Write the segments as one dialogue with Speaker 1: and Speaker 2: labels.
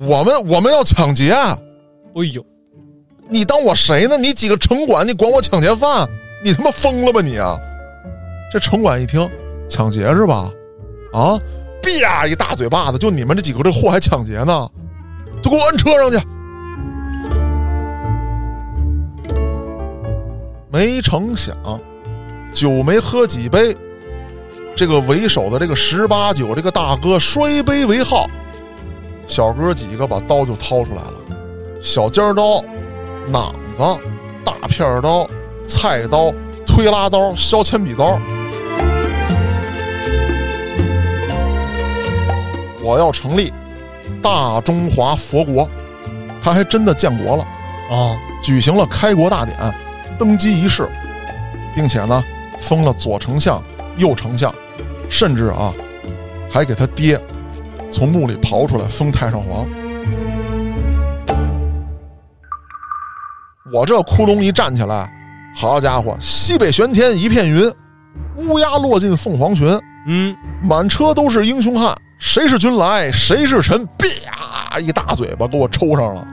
Speaker 1: 我们我们要抢劫啊！
Speaker 2: 哎呦，
Speaker 1: 你当我谁呢？你几个城管，你管我抢劫犯？你他妈疯了吧你啊！这城管一听抢劫是吧？啊，啪一大嘴巴子，就你们这几个这货还抢劫呢？就给我摁车上去！没成想，酒没喝几杯，这个为首的这个十八九这个大哥摔杯为号，小哥几个把刀就掏出来了，小尖刀、榔子、大片刀、菜刀、推拉刀、削铅笔刀。我要成立大中华佛国，他还真的建国了，
Speaker 2: 啊，
Speaker 1: 举行了开国大典、登基仪式，并且呢，封了左丞相、右丞相，甚至啊，还给他爹从墓里刨出来封太上皇。我这窟窿一站起来，好家伙，西北玄天一片云，乌鸦落进凤凰群，
Speaker 2: 嗯，
Speaker 1: 满车都是英雄汉，谁是君来谁是臣，啪一大嘴巴给我抽上了。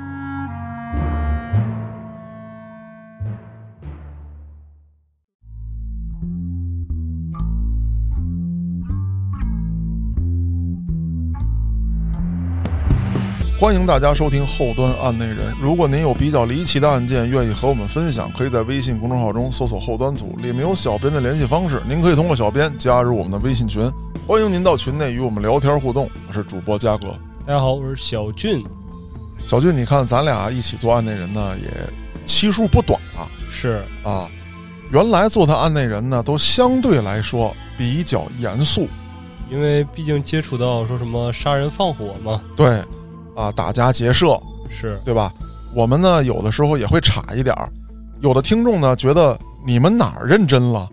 Speaker 1: 欢迎大家收听后端案内人。如果您有比较离奇的案件，愿意和我们分享，可以在微信公众号中搜索“后端组”，里面有小编的联系方式，您可以通过小编加入我们的微信群。欢迎您到群内与我们聊天互动。我是主播嘉哥，
Speaker 2: 大家好，我是小俊，
Speaker 1: 小俊，你看咱俩一起做案内人呢，也期数不短了
Speaker 2: 是
Speaker 1: 啊。原来做他案内人呢，都相对来说比较严肃，
Speaker 2: 因为毕竟接触到说什么杀人放火嘛，
Speaker 1: 对，啊，打家劫舍，
Speaker 2: 是
Speaker 1: 对吧？我们呢，有的时候也会岔一点儿。有的听众呢，觉得你们哪儿认真了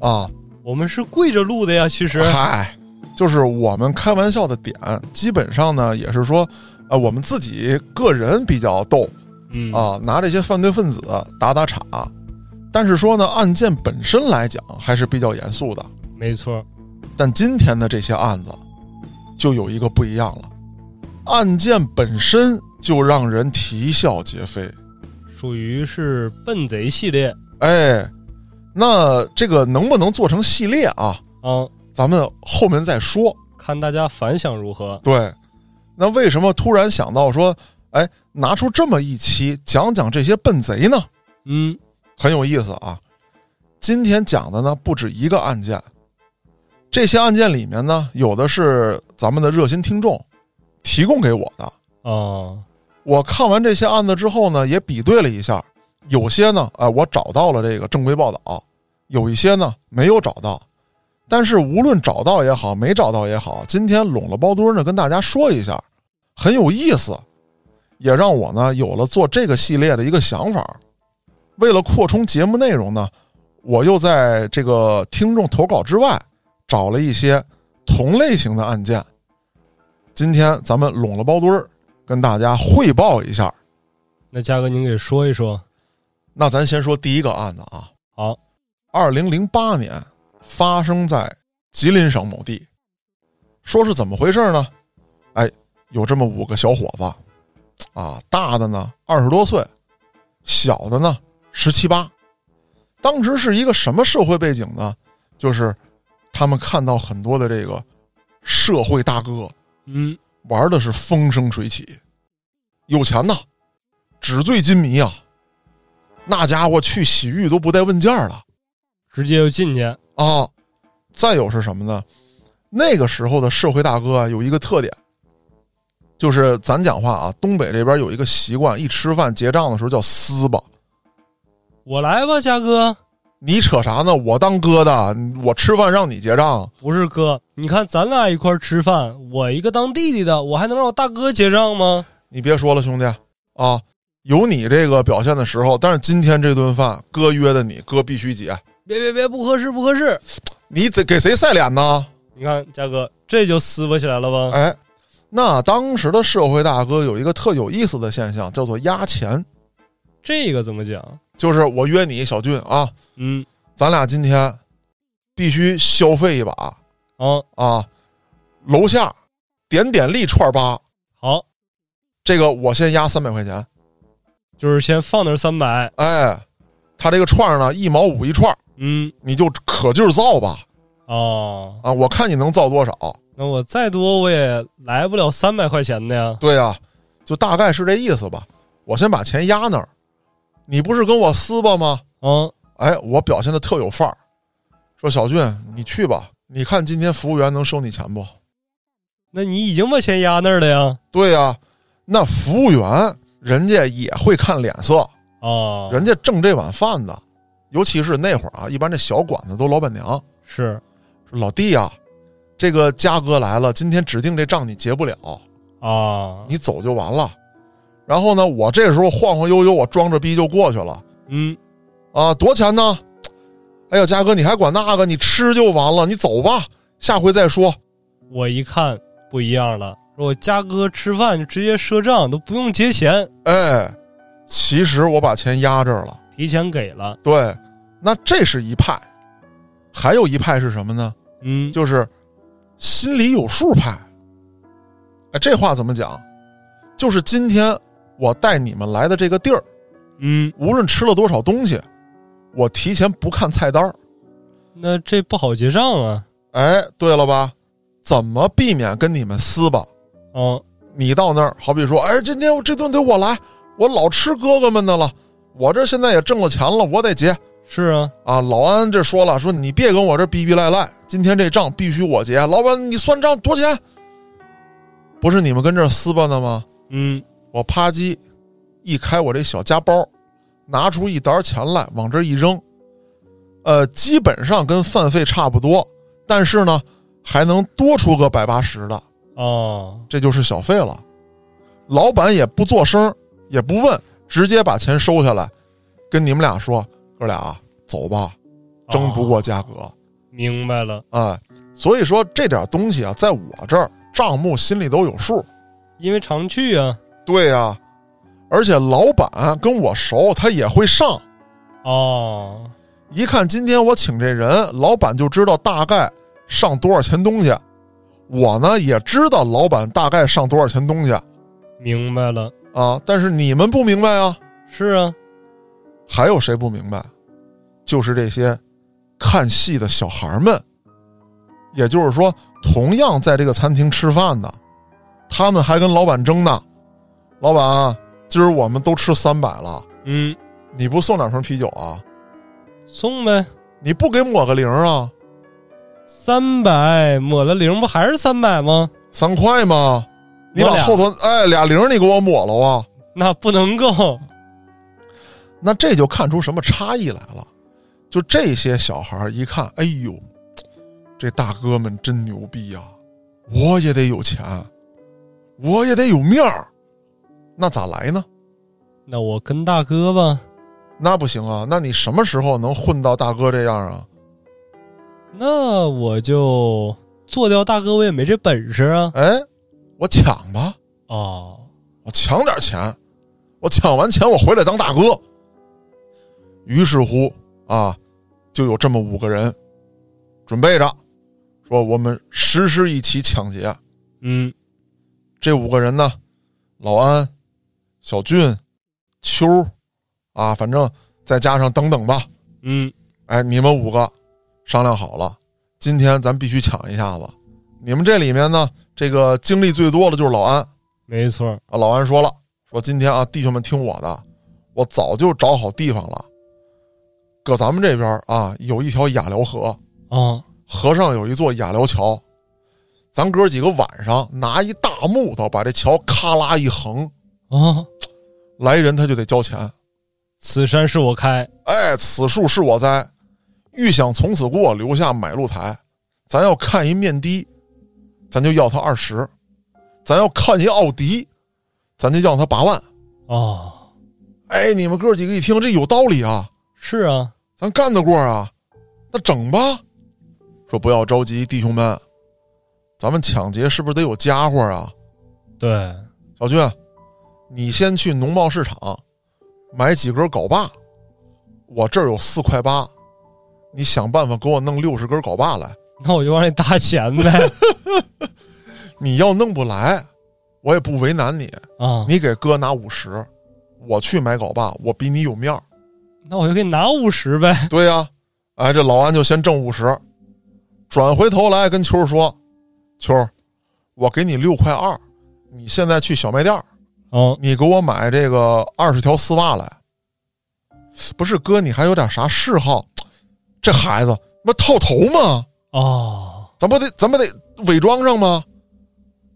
Speaker 1: 啊？
Speaker 2: 我们是跪着录的呀，其实
Speaker 1: 嗨，就是我们开玩笑的点，基本上呢，也是说，呃，我们自己个人比较逗，
Speaker 2: 嗯
Speaker 1: 啊，拿这些犯罪分子打打岔。但是说呢，案件本身来讲还是比较严肃的。
Speaker 2: 没错，
Speaker 1: 但今天的这些案子就有一个不一样了，案件本身就让人啼笑皆非。
Speaker 2: 属于是笨贼系列
Speaker 1: 哎，那这个能不能做成系列啊？
Speaker 2: 啊，
Speaker 1: 咱们后面再说。
Speaker 2: 看大家反响如何。
Speaker 1: 对，那为什么突然想到说，哎，拿出这么一期讲讲这些笨贼呢？
Speaker 2: 嗯，
Speaker 1: 很有意思啊。今天讲的呢不止一个案件，这些案件里面呢，有的是咱们的热心听众提供给我的。
Speaker 2: 啊，
Speaker 1: 我看完这些案子之后呢，也比对了一下，有些呢，哎、我找到了这个正规报道，有一些呢没有找到。但是无论找到也好，没找到也好，今天拢了包堆儿呢，跟大家说一下，很有意思，也让我呢有了做这个系列的一个想法。为了扩充节目内容呢，我又在这个听众投稿之外找了一些同类型的案件。今天咱们拢了包堆儿，跟大家汇报一下。
Speaker 2: 那嘉哥您给说一说。
Speaker 1: 那咱先说第一个案子啊，
Speaker 2: 好，
Speaker 1: 二零零八年发生在吉林省某地，说是怎么回事呢？哎，有这么五个小伙子，啊，大的呢二十多岁，小的呢十七八。当时是一个什么社会背景呢？就是他们看到很多的这个社会大哥
Speaker 2: 嗯，
Speaker 1: 玩的是风生水起，有钱呐，纸醉金迷啊，那家伙去洗浴都不带问价的。
Speaker 2: 直接就进去。
Speaker 1: 啊。再有是什么呢？那个时候的社会大哥啊，有一个特点，就是咱讲话啊，东北这边有一个习惯，一吃饭结账的时候叫撕吧。
Speaker 2: 我来吧，嘉哥，
Speaker 1: 你扯啥呢？我当哥的，我吃饭让你结账，
Speaker 2: 不是哥，你看咱俩一块儿吃饭，我一个当弟弟的，我还能让我大哥结账吗？
Speaker 1: 你别说了，兄弟啊，有你这个表现的时候，但是今天这顿饭，哥约的你，哥必须结，
Speaker 2: 别别别，不合适，不合适。
Speaker 1: 你得给谁晒脸呢？
Speaker 2: 你看，嘉哥，这就撕巴起来了吧？
Speaker 1: 哎，那当时的社会大哥有一个特有意思的现象，叫做压钱，
Speaker 2: 这个怎么讲？
Speaker 1: 就是我约你小俊啊，
Speaker 2: 嗯，
Speaker 1: 咱俩今天必须消费一把
Speaker 2: 啊，
Speaker 1: 啊！楼下点点力串吧，
Speaker 2: 好，
Speaker 1: 这个我先压三百块钱，
Speaker 2: 就是先放那三百，
Speaker 1: 哎，他这个串儿呢一毛五一串儿，
Speaker 2: 嗯，
Speaker 1: 你就可劲儿造吧，
Speaker 2: 哦，
Speaker 1: 啊，我看你能造多少。
Speaker 2: 那我再多我也来不了三百块钱的呀，
Speaker 1: 对呀、就大概是这意思吧。我先把钱压那儿，你不是跟我撕吧吗？
Speaker 2: 嗯，
Speaker 1: 哎，我表现的特有范儿，说小俊，你去吧，你看今天服务员能收你钱不？
Speaker 2: 那你已经把钱压那儿了呀，
Speaker 1: 对呀、那服务员人家也会看脸色，
Speaker 2: 哦，
Speaker 1: 人家挣这碗饭的，尤其是那会儿啊，一般这小馆子都老板娘
Speaker 2: 是
Speaker 1: 说老弟呀、这个嘉哥来了，今天指定这账你结不了，
Speaker 2: 啊，
Speaker 1: 你走就完了。然后呢，我这时候晃晃悠悠，我装着逼就过去了。
Speaker 2: 嗯，
Speaker 1: 啊，多少钱呢？哎呀，嘉哥，你还管那个？你吃就完了，你走吧，下回再说。
Speaker 2: 我一看不一样了，说我嘉哥吃饭就直接赊账，都不用结钱，
Speaker 1: 哎，其实我把钱压这儿了。
Speaker 2: 提前给了，
Speaker 1: 对，那这是一派，还有一派是什么呢？
Speaker 2: 嗯，
Speaker 1: 就是心里有数派。哎，这话怎么讲？就是今天我带你们来的这个地儿，
Speaker 2: 嗯，
Speaker 1: 无论吃了多少东西，我提前不看菜单儿。
Speaker 2: 那这不好结账啊，
Speaker 1: 哎，对了吧？怎么避免跟你们撕吧？
Speaker 2: 哦，
Speaker 1: 你到那儿，好比说，哎，今天我这顿得我来，我老吃哥哥们的了，我这现在也挣了钱了，我得结
Speaker 2: 是啊，
Speaker 1: 啊。老安这说了，说你别跟我这逼逼赖赖，今天这账必须我结。老板，你算账多少钱？不是你们跟这儿撕巴呢吗？
Speaker 2: 嗯，
Speaker 1: 我啪叽一开我这小夹包，拿出一沓钱来往这儿一扔，呃，基本上跟饭费差不多，但是呢，还能多出个百八十的。
Speaker 2: 哦，
Speaker 1: 这就是小费了。老板也不做声，也不问，直接把钱收下来，跟你们俩说：“哥俩啊走吧，争不过价格。
Speaker 2: 明白了。
Speaker 1: 哎，所以说这点东西啊，在我这儿账目心里都有数。
Speaker 2: 因为常去啊。
Speaker 1: 对呀、而且老板跟我熟，他也会上。
Speaker 2: 哦，
Speaker 1: 一看今天我请这人，老板就知道大概上多少钱东西。我呢也知道老板大概上多少钱东西
Speaker 2: 明白了。
Speaker 1: 啊，但是你们不明白啊。
Speaker 2: 是啊，
Speaker 1: 还有谁不明白？就是这些看戏的小孩儿们，也就是说，同样在这个餐厅吃饭的，他们还跟老板争呢。老板啊，今儿我们都吃三百了，
Speaker 2: 嗯，
Speaker 1: 你不送两瓶啤酒啊？
Speaker 2: 送呗，
Speaker 1: 你不给抹个零啊？
Speaker 2: 三百抹了零，不还是三百吗？
Speaker 1: 三块吗？你把
Speaker 2: 我俩
Speaker 1: 后头哎俩零你给我抹了啊？
Speaker 2: 那不能够。
Speaker 1: 那这就看出什么差异来了。就这些小孩儿一看，哎呦，这大哥们真牛逼呀、我也得有钱，我也得有面儿，那咋来呢？
Speaker 2: 那我跟大哥吧，
Speaker 1: 那不行啊！那你什么时候能混到大哥这样啊？
Speaker 2: 那我就做掉大哥，我也没这本事啊。
Speaker 1: 哎，我抢吧，
Speaker 2: 哦，
Speaker 1: 我抢点钱，我抢完钱我回来当大哥。于是乎啊，就有这么五个人，准备着，说我们实施一起抢劫。
Speaker 2: 嗯，
Speaker 1: 这五个人呢，老安、小俊、秋儿啊，反正再加上等等吧。
Speaker 2: 嗯，
Speaker 1: 哎，你们五个商量好了，今天咱必须抢一下子。你们这里面呢，这个经历最多的就是老安
Speaker 2: 没错。
Speaker 1: 啊。老安说了，说今天啊，弟兄们听我的，我早就找好地方了，搁咱们这边啊，有一条雅辽河，
Speaker 2: 哦，
Speaker 1: 河上有一座雅辽桥。咱哥几个晚上拿一大木头把这桥咔啦一横，
Speaker 2: 哦，
Speaker 1: 来人他就得交钱。
Speaker 2: 此山是我开。
Speaker 1: 哎，此树是我栽，欲想从此过，留下买路财。咱要看一面的，咱就要他二十；咱要看一奥迪，咱就要他八万。
Speaker 2: 哦，
Speaker 1: 哎，你们哥几个一听，这有道理啊，
Speaker 2: 是啊，
Speaker 1: 咱干得过啊，那整吧。说不要着急，弟兄们，咱们抢劫是不是得有家伙啊？
Speaker 2: 对，
Speaker 1: 小俊，你先去农贸市场买几根镐把，我这儿有四块八，你想办法给我弄六十根镐把来。
Speaker 2: 那我就往里搭钱呗。
Speaker 1: 你要弄不来，我也不为难你，
Speaker 2: 啊，
Speaker 1: 你给哥拿五十，我去买镐把，我比你有面儿。
Speaker 2: 那我就给你拿五十呗。
Speaker 1: 对呀、哎，这老安就先挣五十，转回头来跟秋儿说：“秋儿，我给你六块二，你现在去小卖店儿，
Speaker 2: 嗯，
Speaker 1: 你给我买这个二十条丝袜来。”不是哥，你还有点啥嗜好？这孩子不套头吗？
Speaker 2: 哦，
Speaker 1: 咱不得咱不得伪装上吗？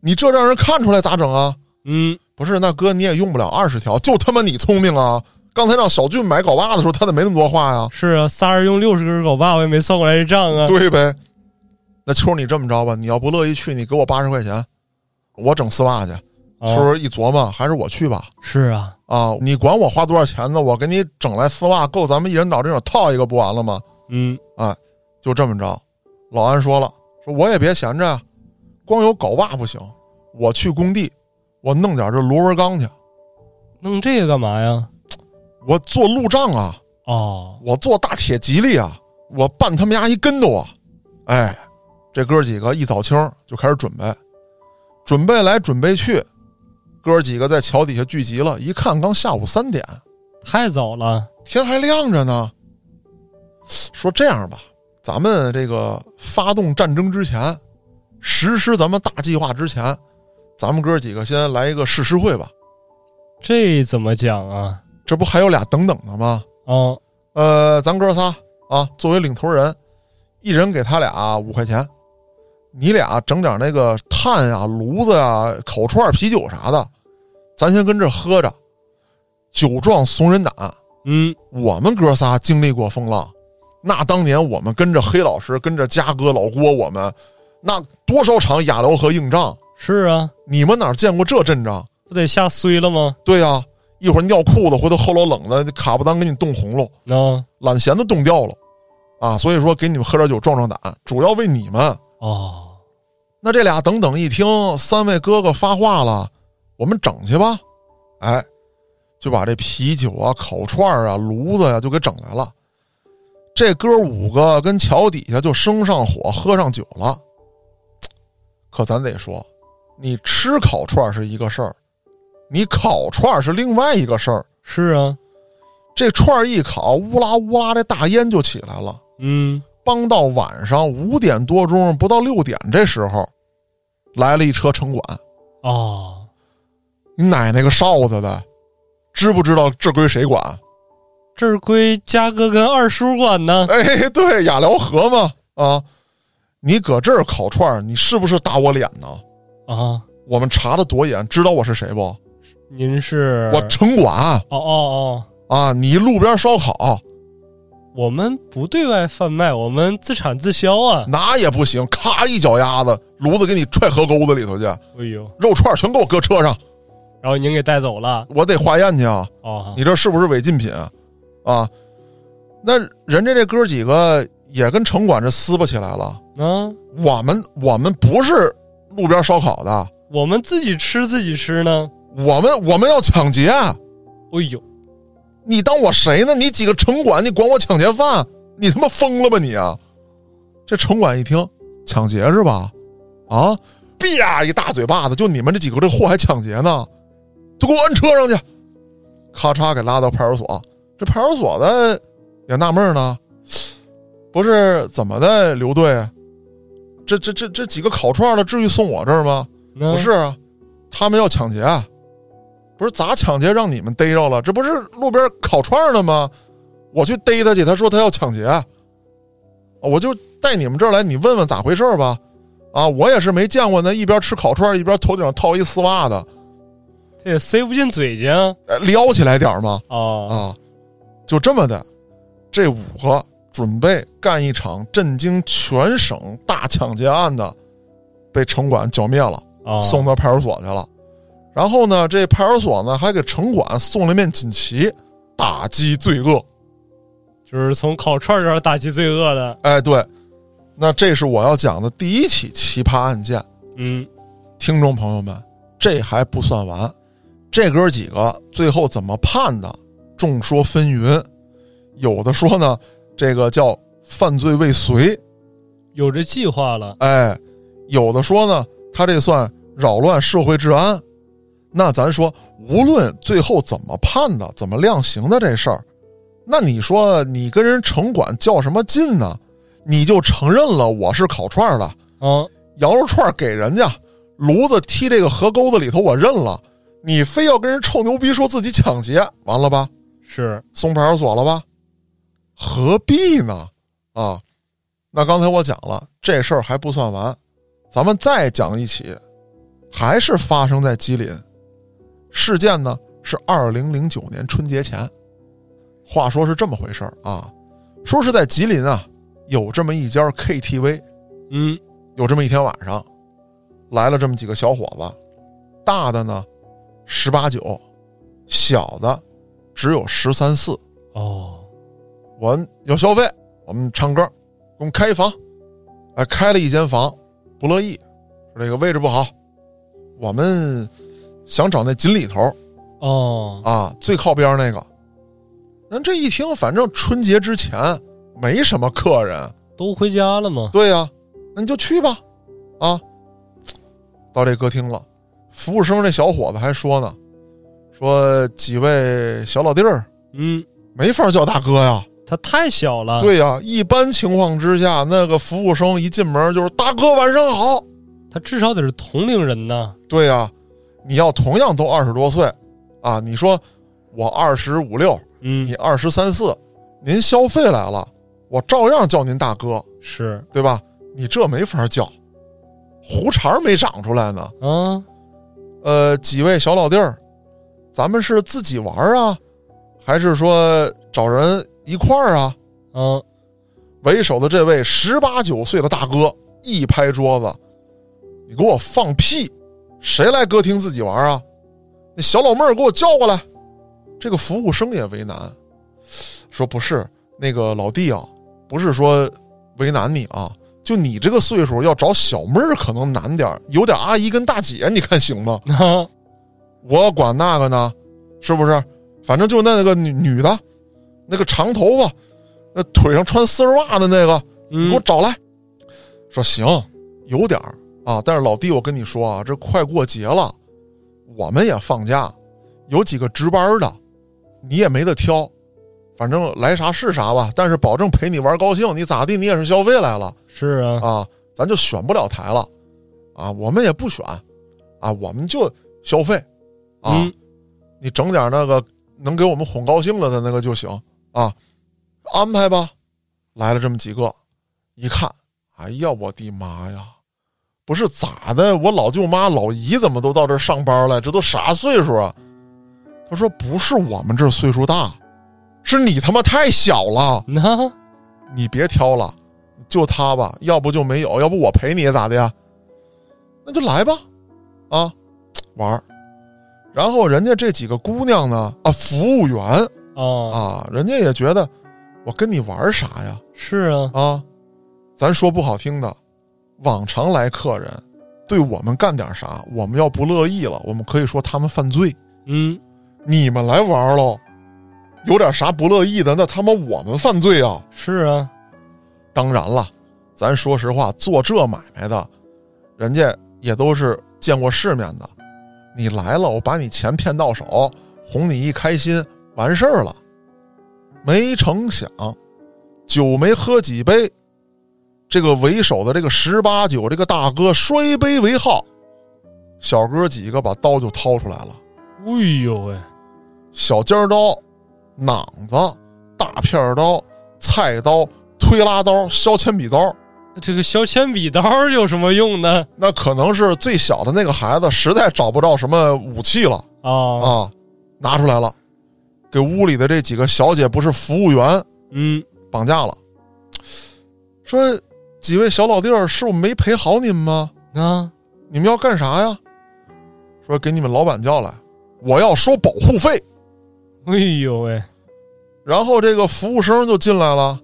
Speaker 1: 你这让人看出来咋整啊？
Speaker 2: 嗯，
Speaker 1: 不是，那哥你也用不了二十条，就他妈你聪明啊！刚才让小俊买镐把的时候，他咋没那么多话呀？
Speaker 2: 是啊，仨人用六十根镐把，我也没算过来这账啊。
Speaker 1: 对呗。那秋儿，你这么着吧，你要不乐意去，你给我八十块钱，我整丝袜去。秋
Speaker 2: 啊
Speaker 1: 儿一琢磨，还是我去吧。
Speaker 2: 是啊，
Speaker 1: 啊，你管我花多少钱呢？我给你整来丝袜，够咱们一人脑这种套一个不完了吗？
Speaker 2: 嗯，
Speaker 1: 就这么着。老安说了，说我也别闲着呀，光有镐把不行，我去工地，我弄点这螺纹钢去，
Speaker 2: 弄这个干嘛呀？
Speaker 1: 我做路障啊。
Speaker 2: 哦，
Speaker 1: 我做大铁吉利啊，我绊他们家一跟头啊！哎，这哥几个一早清儿就开始准备，准备来准备去，哥几个在桥底下聚集了，一看刚下午三点，
Speaker 2: 太早了。
Speaker 1: 天还亮着呢。说这样吧，咱们这个发动战争之前，实施咱们大计划之前，咱们哥几个先来一个誓师会吧。
Speaker 2: 这怎么讲啊？
Speaker 1: 这不还有俩等等的吗？
Speaker 2: 哦，
Speaker 1: 呃，咱哥仨啊，作为领头人，一人给他俩五块钱，你俩整点那个炭呀、炉子呀、烤串儿、啤酒啥的，咱先跟这喝着，酒壮怂人胆。
Speaker 2: 嗯，
Speaker 1: 我们哥仨经历过风浪，那当年我们跟着黑老师，跟着嘉哥、老郭，我们那多少场亚辽河硬仗，
Speaker 2: 是啊，
Speaker 1: 你们哪见过这阵仗？
Speaker 2: 不得吓衰了吗？
Speaker 1: 对呀、一会儿尿裤子，回头后脑冷的卡布当给你冻红喽。
Speaker 2: 那、
Speaker 1: 懒弦子冻掉了，啊，所以说给你们喝点酒壮壮胆，主要为你们。
Speaker 2: 哦，
Speaker 1: 那这俩等等一听，三位哥哥发话了，我们整去吧，哎，就把这啤酒啊、烤串儿啊、炉子呀、就给整来了。这哥五个跟桥底下就生上火，喝上酒了。可咱得说，你吃烤串儿是一个事儿，你烤串儿是另外一个事儿。
Speaker 2: 是啊，
Speaker 1: 这串儿一烤，乌拉乌拉，这大烟就起来了。
Speaker 2: 嗯，
Speaker 1: 帮到晚上五点多钟，不到六点这时候，来了一车城管。
Speaker 2: 哦，
Speaker 1: 你奶奶个哨子的，知不知道这归谁管？
Speaker 2: 这儿归嘉哥跟二叔管呢。
Speaker 1: 哎，对，雅辽河嘛，啊，你搁这儿烤串儿，你是不是打我脸呢？
Speaker 2: 啊，
Speaker 1: 我们查的多严，知道我是谁不？
Speaker 2: 您是
Speaker 1: 我城管
Speaker 2: 哦哦
Speaker 1: 啊！你路边烧烤
Speaker 2: 哦，我们不对外贩卖，我们自产自销啊。
Speaker 1: 那也不行，咔一脚丫子，炉子给你踹河沟子里头去，
Speaker 2: 哎呦，
Speaker 1: 肉串儿全给我搁车上，
Speaker 2: 然后您给带走了
Speaker 1: 我得化验去啊！
Speaker 2: 哦，
Speaker 1: 你这是不是违禁品啊？啊，那人家这哥几个也跟城管这撕巴起来了。
Speaker 2: 啊，
Speaker 1: 我们我们不是路边烧烤的，
Speaker 2: 我们自己吃自己吃呢。
Speaker 1: 我们我们要抢劫。啊
Speaker 2: 哎呦，
Speaker 1: 你当我谁呢？你几个城管，你管我抢劫犯？你他妈疯了吧你啊！这城管一听抢劫是吧？啊，啪一大嘴巴子，就你们这几个这货还抢劫呢？就给我摁车上去！咔嚓给拉到派出所。这派出所的也纳闷呢，不是怎么的刘队？这这这这几个烤串的至于送我这儿吗？
Speaker 2: 那
Speaker 1: 不是啊，他们要抢劫，啊不是咋抢劫让你们逮着了？这不是路边烤串儿呢吗？我去逮他去，他说他要抢劫，啊我就带你们这儿来，你问问咋回事儿吧。啊，我也是没见过那一边吃烤串儿一边头顶上套一丝袜的，
Speaker 2: 这也塞不进嘴去啊。
Speaker 1: 呃撩起来点儿嘛。
Speaker 2: 哦
Speaker 1: 啊，就这么的，这五个准备干一场震惊全省大抢劫案的，被城管剿灭了。
Speaker 2: 哦，
Speaker 1: 送到派出所去了。然后呢，这派出所呢还给城管送了面锦旗，打击罪恶。
Speaker 2: 就是从烤串儿这儿打击罪恶的。
Speaker 1: 哎，对，那这是我要讲的第一起奇葩案件。
Speaker 2: 嗯，
Speaker 1: 听众朋友们，这还不算完，这哥几个最后怎么判的？众说纷纭，有的说呢，这个叫犯罪未遂，
Speaker 2: 有这计划了。
Speaker 1: 哎，有的说呢，他这算扰乱社会治安，那咱说，无论最后怎么判的、怎么量刑的这事儿，那你说你跟人城管较什么劲呢？你就承认了我是烤串儿的，
Speaker 2: 嗯，
Speaker 1: 羊肉串儿给人家，炉子踢这个河沟子里头，我认了。你非要跟人臭牛逼说自己抢劫，完了吧？
Speaker 2: 是，
Speaker 1: 送派出所了吧？何必呢？啊，那刚才我讲了，这事儿还不算完，咱们再讲一起，还是发生在吉林。事件呢是二零零九年春节前。话说是这么回事儿啊，说是在吉林啊有这么一家 KTV，
Speaker 2: 嗯，
Speaker 1: 有这么一天晚上，来了这么几个小伙子，大的呢十八九，小的只有十三四。
Speaker 2: 哦，
Speaker 1: 我们要消费，我们唱歌，我们开一房，哎，开了一间房，不乐意，说这个位置不好，我们想找那锦里头
Speaker 2: 哦，
Speaker 1: 啊，最靠边那个。人这一听，反正春节之前没什么客人，
Speaker 2: 都回家了吗？
Speaker 1: 对呀、那你就去吧，啊，到这歌厅了，服务生这小伙子还说呢，说几位小老弟儿
Speaker 2: 嗯，
Speaker 1: 没法叫大哥呀，
Speaker 2: 他太小了，，
Speaker 1: 对呀、一般情况之下，那个服务生一进门就是“大哥，晚上好
Speaker 2: 他至少得是同龄人呐。”。
Speaker 1: 对呀、你要同样都二十多岁，啊，你说我二十五六，
Speaker 2: 嗯
Speaker 1: 你，二十三四，您消费来了，我照样叫您大哥，
Speaker 2: 是，
Speaker 1: 对吧？你这没法叫，胡茬儿没长出来呢。
Speaker 2: 啊，
Speaker 1: 呃，几位小老弟儿，咱们是自己玩儿啊，还是说找人一块儿啊？
Speaker 2: 啊，
Speaker 1: 为首的这位十八九岁的大哥一拍桌子：“你给我放屁！谁来歌厅自己玩啊？那小老妹儿给我叫过来！”这个服务生也为难，说：“不是那个老弟啊，不是说为难你啊，就你这个岁数要找小妹儿可能难点儿，有点阿姨跟大姐，你看行吗？
Speaker 2: 那
Speaker 1: 我管那个呢，是不是？反正就那个女女的，那个长头发，那腿上穿丝袜的那个，你
Speaker 2: 嗯
Speaker 1: 给我，找来。说行，有点儿啊，但是老弟，我跟你说啊，这快过节了，我们也放假，有几个值班的，你也没得挑，反正来啥是啥吧。但是保证陪你玩高兴，你咋地你也是消费来了
Speaker 2: 是啊，
Speaker 1: 啊，咱就选不了台了啊，我们也不选啊，我们就消费啊。
Speaker 2: 嗯，
Speaker 1: 你整点那个能给我们哄高兴了的那个就行啊，安排吧。来了这么几个，一看，哎呀，我的妈呀！不是咋的，我老舅妈、老姨怎么都到这儿上班了？这都啥岁数啊？他说不是我们这岁数大，是你他妈太小了。
Speaker 2: 那
Speaker 1: 你别挑了，就他吧，要不就没有，要不我陪你咋的呀？那就来吧，啊，玩儿。然后人家这几个姑娘呢，啊，服务员
Speaker 2: 啊，
Speaker 1: 啊，人家也觉得我跟你玩儿啥呀？
Speaker 2: 是啊，
Speaker 1: 啊，咱说不好听的，往常来客人对我们干点啥，我们要不乐意了，我们可以说他们犯罪。
Speaker 2: 嗯，
Speaker 1: 你们来玩儿喽，有点啥不乐意的，那他妈我们犯罪啊！
Speaker 2: 是啊，
Speaker 1: 当然了，咱说实话，做这买卖的，人家也都是见过世面的。你来了，我把你钱骗到手，哄你一开心，完事儿了。没成想，酒没喝几杯，这个为首的这个十八九这个大哥摔杯为号，小哥几个把刀就掏出来了，
Speaker 2: 哎呦喂，
Speaker 1: 小尖刀、榔子、大片刀、菜刀、推拉刀、削铅笔刀。
Speaker 2: 这个削铅笔刀有什么用呢？
Speaker 1: 那可能是最小的那个孩子实在找不着什么武器了
Speaker 2: 啊，
Speaker 1: 啊，拿出来了，给屋里的这几个小姐不是服务员
Speaker 2: 嗯，
Speaker 1: 绑架了，说几位小老弟儿是我没陪好你们吗？
Speaker 2: 啊，
Speaker 1: 你们要干啥呀？说给你们老板叫来，我要收保护费。
Speaker 2: 哎呦喂，
Speaker 1: 然后这个服务生就进来了，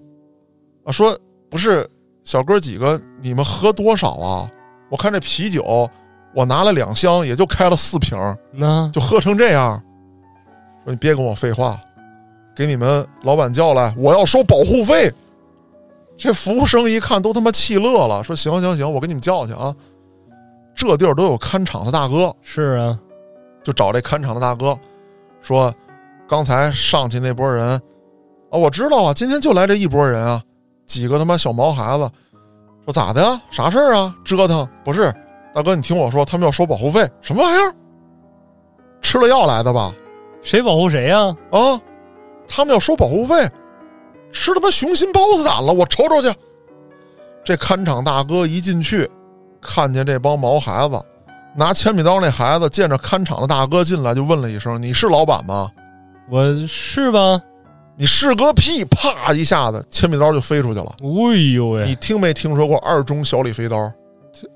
Speaker 1: 啊，说不是小哥几个，你们喝多少啊？我看这啤酒，我拿了两箱，也就开了四瓶儿。
Speaker 2: 那
Speaker 1: 就喝成这样。说你别跟我废话，给你们老板叫来，我要收保护费。这服务生一看都他妈气乐了，说行行行，我给你们叫去啊。这地儿都有看场的大哥，
Speaker 2: 是啊，
Speaker 1: 就找这看场的大哥说，刚才上去那波人啊，我知道啊，今天就来这一波人啊，几个他妈小毛孩子，说咋的呀？啥事儿啊？折腾不是？大哥，你听我说，他们要收保护费，什么玩意儿？吃了药来的吧？
Speaker 2: 谁保护谁呀、
Speaker 1: 啊，他们要收保护费，吃他妈雄心豹子胆了，我瞅瞅去。这看场大哥一进去，看见这帮毛孩子，拿铅笔刀那孩子见着看场的大哥进来，就问了一声：“你是老板吗
Speaker 2: 我是吧？？”
Speaker 1: 你是个屁！啪一下子，铅笔刀就飞出去了。
Speaker 2: 哎呦
Speaker 1: 你
Speaker 2: 喂，
Speaker 1: 听没听说过二中小李飞刀？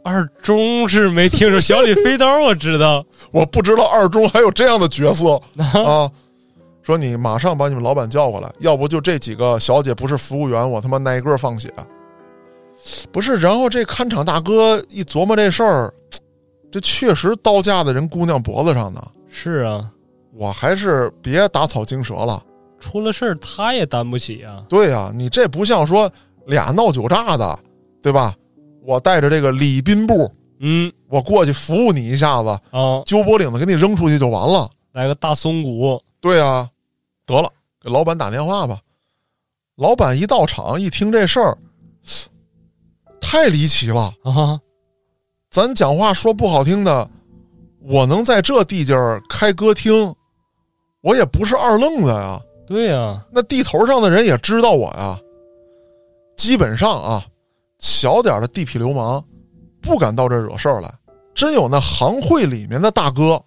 Speaker 2: 二中是没听说，小李飞刀我知道，
Speaker 1: 我不知道二中还有这样的角色啊！说你马上把你们老板叫过来，要不就这几个小姐不是服务员，我他妈挨个放血。不是，然后这看场大哥一琢磨这事儿，这确实刀架在人姑娘脖子上呢。
Speaker 2: 是啊，
Speaker 1: 我还是别打草惊蛇了。
Speaker 2: 出了事儿他也担不起啊，
Speaker 1: 对呀、你这不像说俩闹酒炸的，对吧？我带着这个礼宾部，
Speaker 2: 嗯
Speaker 1: 我过去服务你一下子，
Speaker 2: 啊，
Speaker 1: 揪脖领子给你扔出去就完了。
Speaker 2: 来个大松骨，
Speaker 1: 对啊，得了，给老板打电话吧。老板一到场，一听这事儿，太离奇了。
Speaker 2: 啊，
Speaker 1: 咱讲话说不好听的，我能在这地界儿开歌厅，我也不是二愣子呀。
Speaker 2: 对啊呀、
Speaker 1: 那地头上的人也知道我呀。基本上啊，小点儿的地痞流氓不敢到这儿惹事儿来。真有那行会里面的大哥，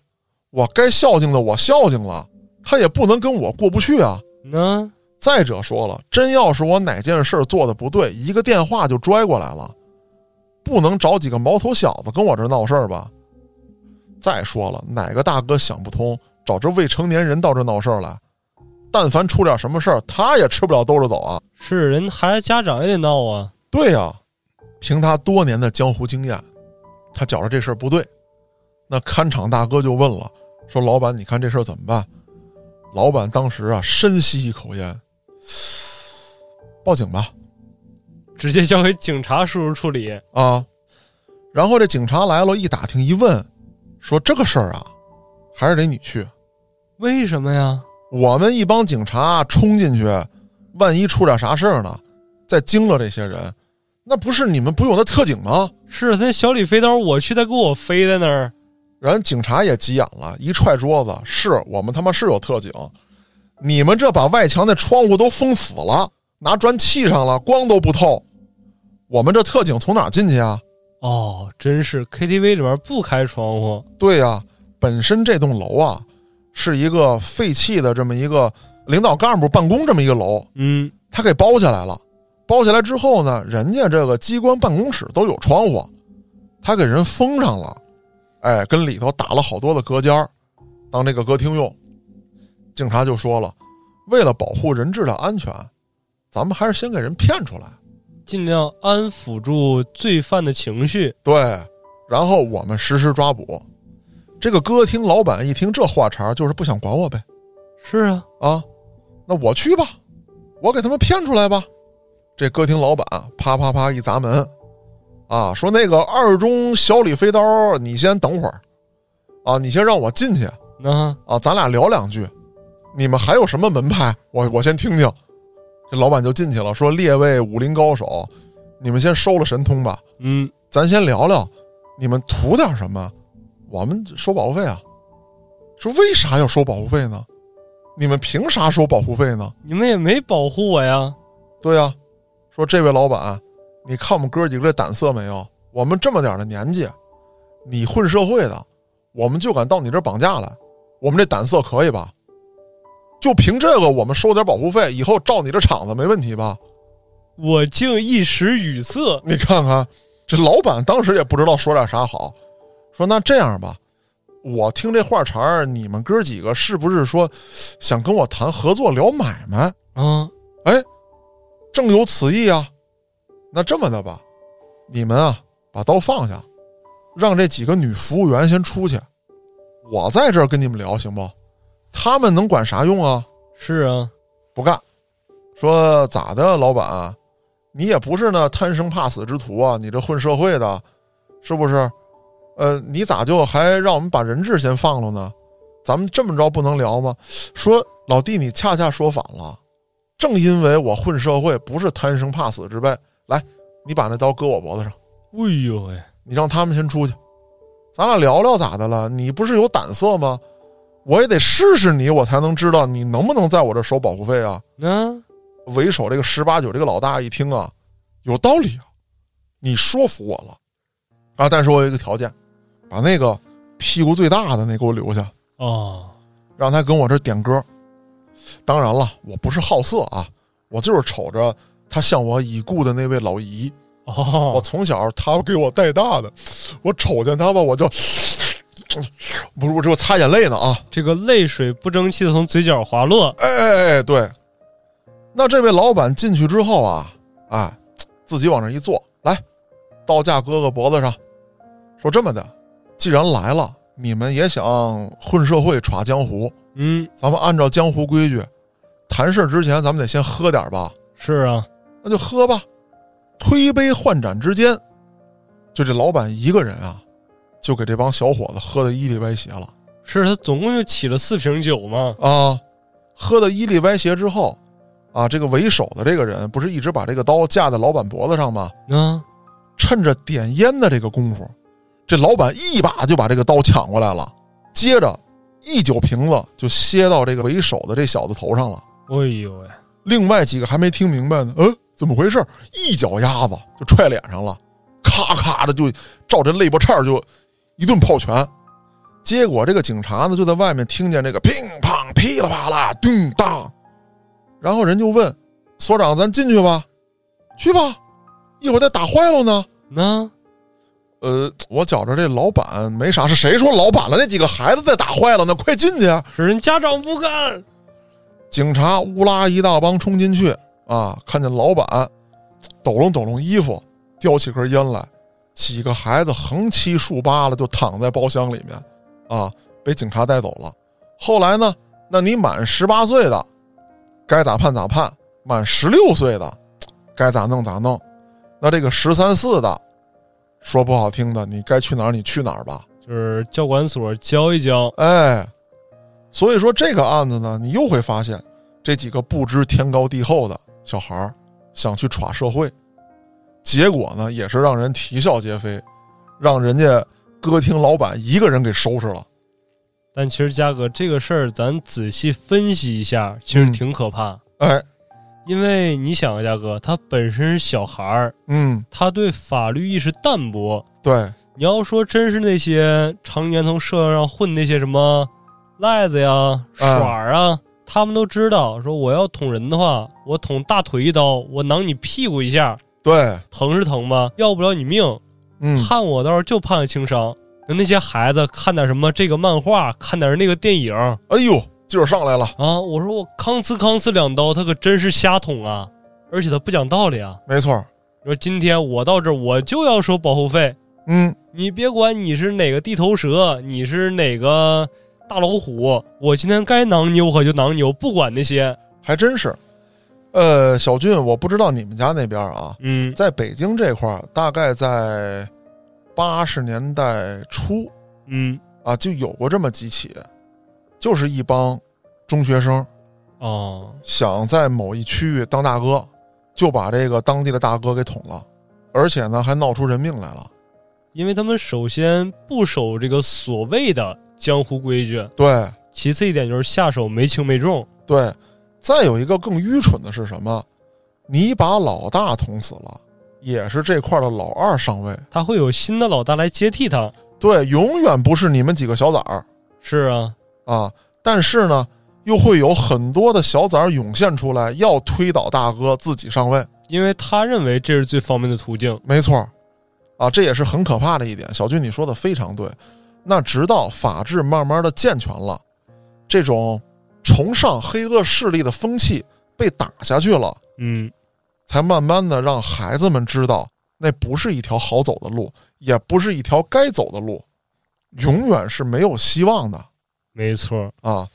Speaker 1: 我该孝敬的我孝敬了，他也不能跟我过不去啊。
Speaker 2: 那
Speaker 1: 再者说了，真要是我哪件事儿做的不对，一个电话就拽过来了，不能找几个毛头小子跟我这儿闹事儿吧？再说了，哪个大哥想不通找这未成年人到这儿闹事儿来？但凡出点什么事儿，他也吃不了兜着走啊！
Speaker 2: 是人孩子家长也得闹啊，
Speaker 1: 对呀、凭他多年的江湖经验，他觉着这事儿不对。那看场大哥就问了，说：“老板，你看这事儿怎么办？”老板当时啊，深吸一口烟，报警吧。
Speaker 2: 直接交给警察叔叔处理，
Speaker 1: 啊。然后这警察来了，一打听一问，说这个事儿啊，还是得你去。
Speaker 2: 为什么呀？
Speaker 1: 我们一帮警察冲进去，万一出点啥事儿呢？再惊了这些人，那不是你们不有那特警吗？
Speaker 2: 是他那小李飞刀，我去，他给我飞在那儿，
Speaker 1: 人警察也急眼了，一踹桌子，是我们他妈是有特警，你们这把外墙那窗户都封死了，拿砖砌上了，光都不透，我们这特警从哪儿进去啊？
Speaker 2: 哦，真是 KTV 里边不开窗户，
Speaker 1: 对呀、本身这栋楼啊是一个废弃的这么一个领导干部办公这么一个楼，
Speaker 2: 嗯，
Speaker 1: 他给包下来了。包下来之后呢，人家这个机关办公室都有窗户，他给人封上了，哎，跟里头打了好多的隔间儿，当这个歌厅用。警察就说了，为了保护人质的安全，咱们还是先给人骗出来。
Speaker 2: 尽量安抚住罪犯的情绪，
Speaker 1: 对，然后我们实施抓捕。这个歌厅老板一听这话茬儿，就是不想管我呗。
Speaker 2: 是啊，
Speaker 1: 啊，那我去吧，我给他们骗出来吧。这歌厅老板啪啪啪一砸门，啊，说那个二中小李飞刀，你先等会儿，啊，你先让我进去
Speaker 2: 那
Speaker 1: 啊，咱俩聊两句。你们还有什么门派？我我先听听。这老板就进去了，说列位武林高手，你们先收了神通吧，
Speaker 2: 嗯，
Speaker 1: 咱先聊聊，你们图点什么？我们收保护费啊。说为啥要收保护费呢？你们凭啥收保护费呢？
Speaker 2: 你们也没保护我呀，
Speaker 1: 对呀、说这位老板，你看我们哥几个这胆色没有？我们这么点儿的年纪，你混社会的，我们就敢到你这儿绑架来，我们这胆色可以吧？就凭这个，我们收点保护费，以后照你这场子没问题吧？
Speaker 2: 我竟一时语塞，
Speaker 1: 你看看，这老板当时也不知道说点啥好，说那这样吧，我听这话茬儿，你们哥几个是不是说想跟我谈合作聊买卖？
Speaker 2: 啊，
Speaker 1: 正有此意啊。那这么的吧，你们啊把刀放下，让这几个女服务员先出去，我在这儿跟你们聊行不？他们能管啥用啊？
Speaker 2: 是啊，
Speaker 1: 不干。说咋的，老板，啊你也不是那贪生怕死之徒啊，你这混社会的，是不是？呃，你咋就还让我们把人质先放了呢？咱们这么着不能聊吗？说老弟，你恰恰说反了，正因为我混社会不是贪生怕死之辈，来，你把那刀搁我脖子上，
Speaker 2: 哎呦喂、
Speaker 1: 你让他们先出去，咱俩聊聊咋的了？你不是有胆色吗？我也得试试你，我才能知道你能不能在我这收保护费啊。
Speaker 2: 那
Speaker 1: 为首这个十八九这个老大一听啊，有道理啊，你说服我了啊，但是我有一个条件，把那个屁股最大的那给我留下，
Speaker 2: 哦，
Speaker 1: 让他跟我这儿点歌。当然了，我不是好色啊，我就是瞅着他像我已故的那位老姨，我
Speaker 2: 哦，
Speaker 1: 从小他给我带大的，我瞅见他吧，我就 不是我这我擦眼泪呢啊，
Speaker 2: 这个泪水不争气的从嘴角滑落，
Speaker 1: 哎哎哎，对。那这位老板进去之后啊，哎，自己往这一坐，来，刀架哥哥脖子上，说这么的，既然来了，你们也想混社会耍江湖，
Speaker 2: 嗯，
Speaker 1: 咱们按照江湖规矩，谈事之前咱们得先喝点吧，
Speaker 2: 是啊，
Speaker 1: 那就喝吧。推杯换盏之间，就这老板一个人啊，就给这帮小伙子喝的衣里歪斜了。
Speaker 2: 是他总共就起了四瓶酒嘛，
Speaker 1: 啊，喝的衣里歪斜之后，啊，这个为首的这个人不是一直把这个刀架在老板脖子上吗？
Speaker 2: 啊，
Speaker 1: 趁着点烟的这个功夫，这老板一把就把这个刀抢过来了，接着一酒瓶子就歇到这个为首的这小子头上了。
Speaker 2: 哎呦喂、
Speaker 1: 另外几个还没听明白呢，嗯，怎么回事？一脚丫子就踹脸上了，咔咔的就照这肋巴叉就一顿炮拳。结果这个警察呢就在外面听见这个乒乓噼里啪啦咚当，然后人就问所长：“咱进去吧，去吧，一会儿再打坏了呢。
Speaker 2: 那”
Speaker 1: 呃，我觉着这老板没啥事，谁说老板了？那几个孩子再打坏了呢，快进去啊！
Speaker 2: 是人家长不干，
Speaker 1: 警察乌拉一大帮冲进去啊，看见老板抖拢抖拢衣服，叼起根烟来，几个孩子横七竖八的就躺在包厢里面啊，被警察带走了。后来呢，那你满十八岁的该咋判咋判，满十六岁的该咋弄咋弄。那这个十三四的，说不好听的，你该去哪儿你去哪儿吧。
Speaker 2: 就是教管所教一教，
Speaker 1: 哎，所以说这个案子呢，你又会发现这几个不知天高地厚的小孩儿想去耍社会，结果呢也是让人啼笑皆非，让人家歌厅老板一个人给收拾了。
Speaker 2: 但其实嘉哥这个事儿，咱仔细分析一下，其实
Speaker 1: 嗯
Speaker 2: 挺可怕，
Speaker 1: 哎，
Speaker 2: 因为你想啊，嘉哥他本身是小孩儿，
Speaker 1: 嗯，
Speaker 2: 他对法律意识淡薄，
Speaker 1: 对，
Speaker 2: 你要说真是那些常年从社会上混那些什么赖子呀、耍儿啊，他们都知道，说我要捅人的话，我捅大腿一刀，我囊你屁股一下，
Speaker 1: 对，
Speaker 2: 疼是疼吧，要不了你命，
Speaker 1: 嗯，
Speaker 2: 判我倒是就判个轻伤。那那些孩子看点什么这个漫画，看点那个电影啊，
Speaker 1: 哎呦，劲儿上来了，
Speaker 2: 我说我吭哧吭哧两刀，他可真是瞎捅啊，而且他不讲道理啊。
Speaker 1: 没错儿，
Speaker 2: 你说今天我到这儿我就要收保护费，
Speaker 1: 嗯，
Speaker 2: 你别管你是哪个地头蛇，你是哪个大老虎，我今天该囊你我可就囊你，我不管那些。
Speaker 1: 还真是。呃，小俊，我不知道你们家那边儿啊，
Speaker 2: 嗯
Speaker 1: 在北京这块儿，大概在八十年代初，
Speaker 2: 嗯，
Speaker 1: 啊，就有过这么几起，就是一帮中学生
Speaker 2: 哦，
Speaker 1: 想在某一区域当大哥，就把这个当地的大哥给捅了，而且呢还闹出人命来了。
Speaker 2: 因为他们首先不守这个所谓的江湖规矩，
Speaker 1: 对
Speaker 2: 其次一点就是下手没轻没重。
Speaker 1: 对，再有一个更愚蠢的是什么？你把老大捅死了，也是这块儿的老二上位，
Speaker 2: 他会有新的老大来接替他。
Speaker 1: 对，永远不是你们几个小崽儿
Speaker 2: 是啊，
Speaker 1: 啊。但是呢，又会有很多的小崽儿涌现出来，要推倒大哥自己上位。
Speaker 2: 因为他认为这是最方便的途径。
Speaker 1: 没错儿，啊，这也是很可怕的一点。小军，你说的非常对。那直到法治慢慢的健全了，这种崇尚黑恶势力的风气被打下去了，
Speaker 2: 嗯，
Speaker 1: 才慢慢的让孩子们知道，那不是一条好走的路，也不是一条该走的路，永远是没有希望的
Speaker 2: 没错，
Speaker 1: 啊。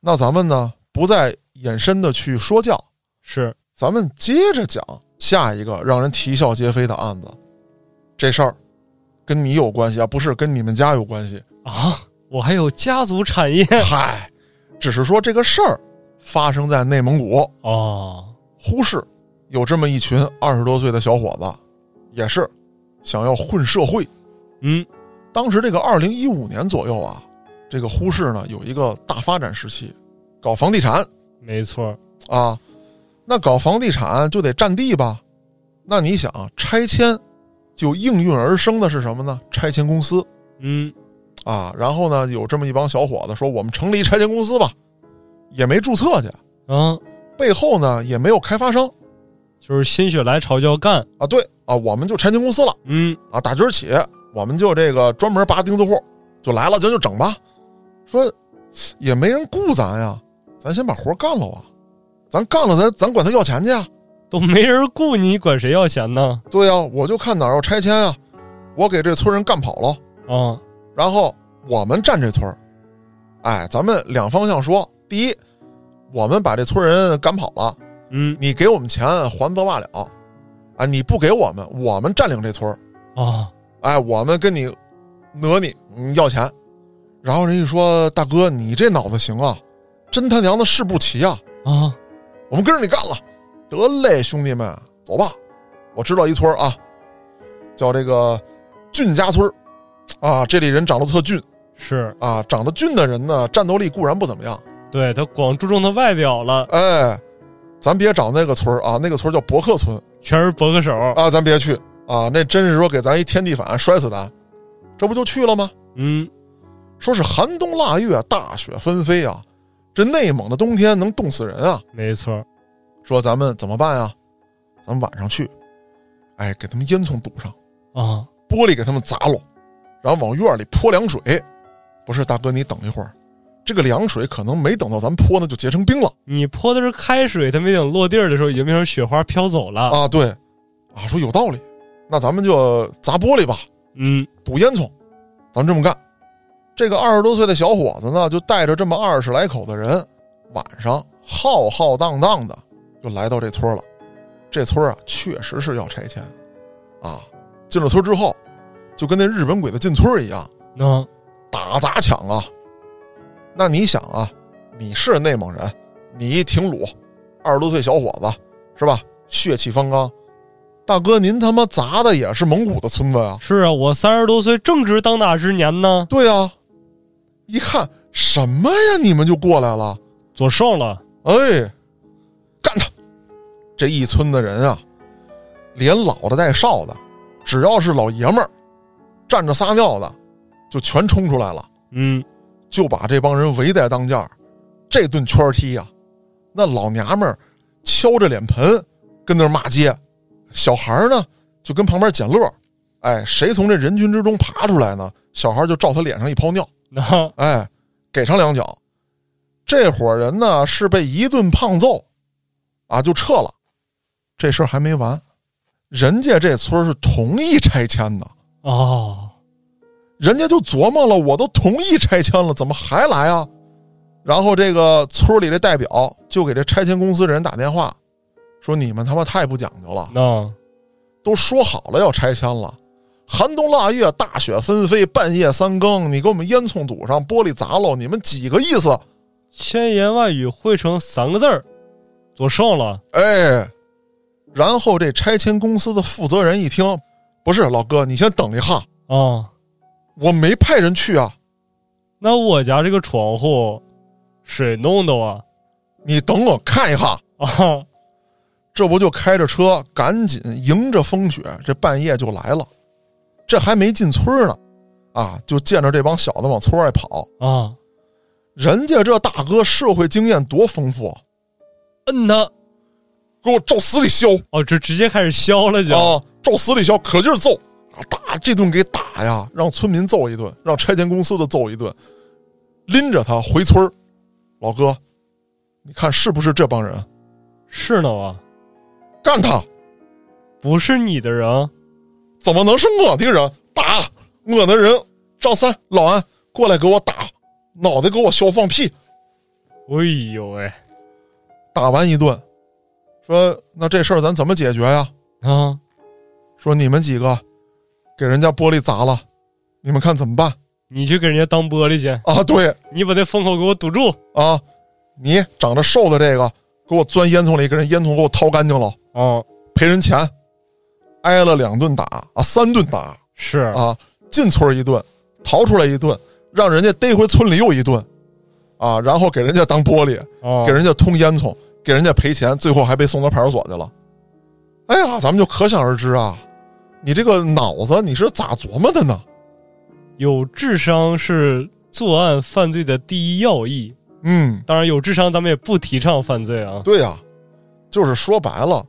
Speaker 1: 那咱们呢，不再延伸的去说教，
Speaker 2: 是
Speaker 1: 咱们接着讲下一个让人啼笑皆非的案子。这事儿跟你有关系啊？不是，跟你们家有关系。
Speaker 2: 啊，我还有家族产业
Speaker 1: 嗨，只是说这个事儿发生在内蒙古
Speaker 2: 哦，
Speaker 1: 呼市，有这么一群二十多岁的小伙子，也是想要混社会。
Speaker 2: 嗯
Speaker 1: 当时这个二零一五年左右啊，这个呼市呢有一个大发展时期，搞房地产
Speaker 2: 没错，
Speaker 1: 啊，那搞房地产就得占地吧？那你想啊拆迁，就应运而生的是什么呢？拆迁公司
Speaker 2: 嗯
Speaker 1: 啊。然后呢，有这么一帮小伙子说，我们成立拆迁公司吧，也没注册去，
Speaker 2: 啊，
Speaker 1: 背后呢也没有开发商
Speaker 2: 就是心血来潮就要干，
Speaker 1: 啊。对啊，我们就拆迁公司了
Speaker 2: 嗯
Speaker 1: 啊，打今儿起我们就这个专门扒钉子户，就来了，咱就整吧。说也没人雇咱呀，咱先把活干了啊，咱干了咱咱管他要钱去啊。
Speaker 2: 都没人雇你，管谁要钱呢？
Speaker 1: 对呀、我就看哪儿要拆迁啊，我给这村人干跑了，
Speaker 2: 啊，
Speaker 1: 然后我们占这村儿。哎，咱们两方向说，第一，我们把这村人赶跑了，
Speaker 2: 嗯
Speaker 1: 你给我们钱还则罢了，啊，你不给我们，我们占领这村儿，
Speaker 2: 啊，
Speaker 1: 哎，我们跟你讹你，嗯要钱。然后人家说，大哥，你这脑子行啊，真他娘的事不齐啊，
Speaker 2: 啊，
Speaker 1: 我们跟着你干了。得嘞，兄弟们，走吧。我知道一村儿啊，叫这个俊家村儿啊，这里人长得特俊
Speaker 2: 是
Speaker 1: 啊，长得俊的人呢，战斗力固然不怎么样，
Speaker 2: 对他光注重他外表了，
Speaker 1: 哎，咱别找那个村儿啊，那个村儿叫伯克村
Speaker 2: 全是博个手，
Speaker 1: 啊，咱别去啊，那真是说给咱一天地反，摔死咱。这不就去了吗？
Speaker 2: 嗯，
Speaker 1: 说是寒冬腊月，大雪纷飞啊，这内蒙的冬天能冻死人啊。
Speaker 2: 没错，
Speaker 1: 说咱们怎么办啊？咱们晚上去，哎，给他们烟囱堵上。
Speaker 2: 啊，
Speaker 1: 玻璃给他们砸了，然后往院里泼凉水。不是大哥，你等一会儿，这个凉水可能没等到咱泼呢，就结成冰了
Speaker 2: 你泼的是开水，他没等落地儿的时候，已经变成雪花飘走了，
Speaker 1: 啊！对，啊，说有道理，那咱们就砸玻璃吧，
Speaker 2: 嗯
Speaker 1: 堵烟囱，咱们这么干。这个二十多岁的小伙子呢，就带着这么二十来口的人，晚上浩浩荡荡的就来到这村了。这村啊，确实是要拆迁，啊，进了村之后，就跟那日本鬼子进村一样。
Speaker 2: 啊，
Speaker 1: 打砸抢啊！那你想啊，你是内蒙人，你一挺鲁，二十多岁小伙子是吧？血气方刚，大哥您他妈砸的也是蒙古的村子呀、
Speaker 2: 是啊，我三十多岁正值当打之年呢，
Speaker 1: 对呀、一看什么呀，你们就过来了，
Speaker 2: 做寿了，
Speaker 1: 哎，干他！这一村的人啊，连老的带少的，只要是老爷们儿，站着撒尿的，就全冲出来了。
Speaker 2: 嗯，
Speaker 1: 就把这帮人围在当间儿，这顿圈儿踢呀、那老娘们儿敲着脸盆跟那儿骂街，小孩儿呢就跟旁边捡乐儿，哎，谁从这人群之中爬出来呢，小孩儿就照他脸上一泡尿，
Speaker 2: 那、
Speaker 1: 哎，给上两脚。这伙人呢是被一顿胖揍，啊，就撤了。这事儿还没完，人家这村儿是同意拆迁的，
Speaker 2: 哦，
Speaker 1: 人家就琢磨了，我都同意拆迁了，怎么还来啊？然后这个村里的代表就给这拆迁公司的人打电话，说你们他妈太不讲究了，
Speaker 2: 那、
Speaker 1: 都说好了要拆迁了，寒冬腊月，大雪纷飞，半夜三更，你给我们烟囱堵上，玻璃砸喽，你们几个意思？
Speaker 2: 千言万语汇成三个字儿，做寿了，
Speaker 1: 哎，然后这拆迁公司的负责人一听，不是老哥，你先等一下，
Speaker 2: 啊，
Speaker 1: 我没派人去啊，
Speaker 2: 那我家这个窗户水弄的啊，
Speaker 1: 你等我看一下。
Speaker 2: 啊，
Speaker 1: 这不就开着车，赶紧迎着风雪，这半夜就来了。这还没进村呢，啊，就见着这帮小子往村外跑。
Speaker 2: 啊，
Speaker 1: 人家这大哥社会经验多丰富，
Speaker 2: 摁他，
Speaker 1: 给我照死里削
Speaker 2: 哦，这直接开始削了就，
Speaker 1: 啊！照死里削，可劲儿揍啊！打这顿给打呀，让村民揍一顿，让拆迁公司的揍一顿，拎着他回村儿老哥，你看是不是这帮人？
Speaker 2: 是呢啊，
Speaker 1: 干他！
Speaker 2: 不是你的人，
Speaker 1: 怎么能是我的人？打我的人！张三、老安过来给我打，脑袋给我削放屁！
Speaker 2: 哎呦喂、
Speaker 1: 打完一顿，说那这事儿咱怎么解决呀？
Speaker 2: 啊，
Speaker 1: 说你们几个给人家玻璃砸了，你们看怎么办？
Speaker 2: 你去给人家当玻璃去，
Speaker 1: 啊，对
Speaker 2: 你把那风口给我堵住
Speaker 1: 啊，你长得瘦的这个给我钻烟囱里，给人烟囱给我掏干净了，
Speaker 2: 啊！
Speaker 1: 赔人钱，挨了两顿打啊，三顿打
Speaker 2: 是，
Speaker 1: 啊，进村一顿，逃出来一顿，让人家逮回村里又一顿，啊，然后给人家当玻璃，
Speaker 2: 啊
Speaker 1: 给人家通烟囱，给人家赔钱，最后还被送到派出所去了。哎呀，咱们就可想而知啊，你这个脑子你是咋琢磨的呢？
Speaker 2: 有智商是作案犯罪的第一要义。
Speaker 1: 嗯，
Speaker 2: 当然，有智商咱们也不提倡犯罪啊。
Speaker 1: 对呀、就是说白了，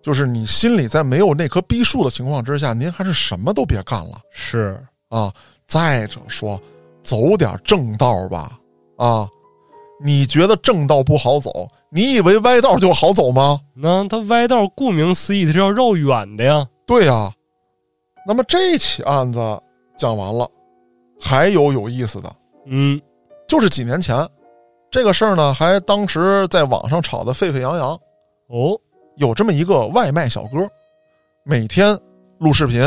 Speaker 1: 就是你心里在没有那棵逼树的情况之下，您还是什么都别干了
Speaker 2: 是，
Speaker 1: 啊！再者说，走点正道吧啊！你觉得正道不好走，你以为歪道就好走吗？
Speaker 2: 那他歪道顾名思义，他是要绕远的呀。
Speaker 1: 对呀、那么这起案子讲完了，还有有意思的，
Speaker 2: 嗯，
Speaker 1: 就是几年前这个事儿呢，还当时在网上炒得沸沸扬扬。
Speaker 2: 哦，
Speaker 1: 有这么一个外卖小哥，每天录视频，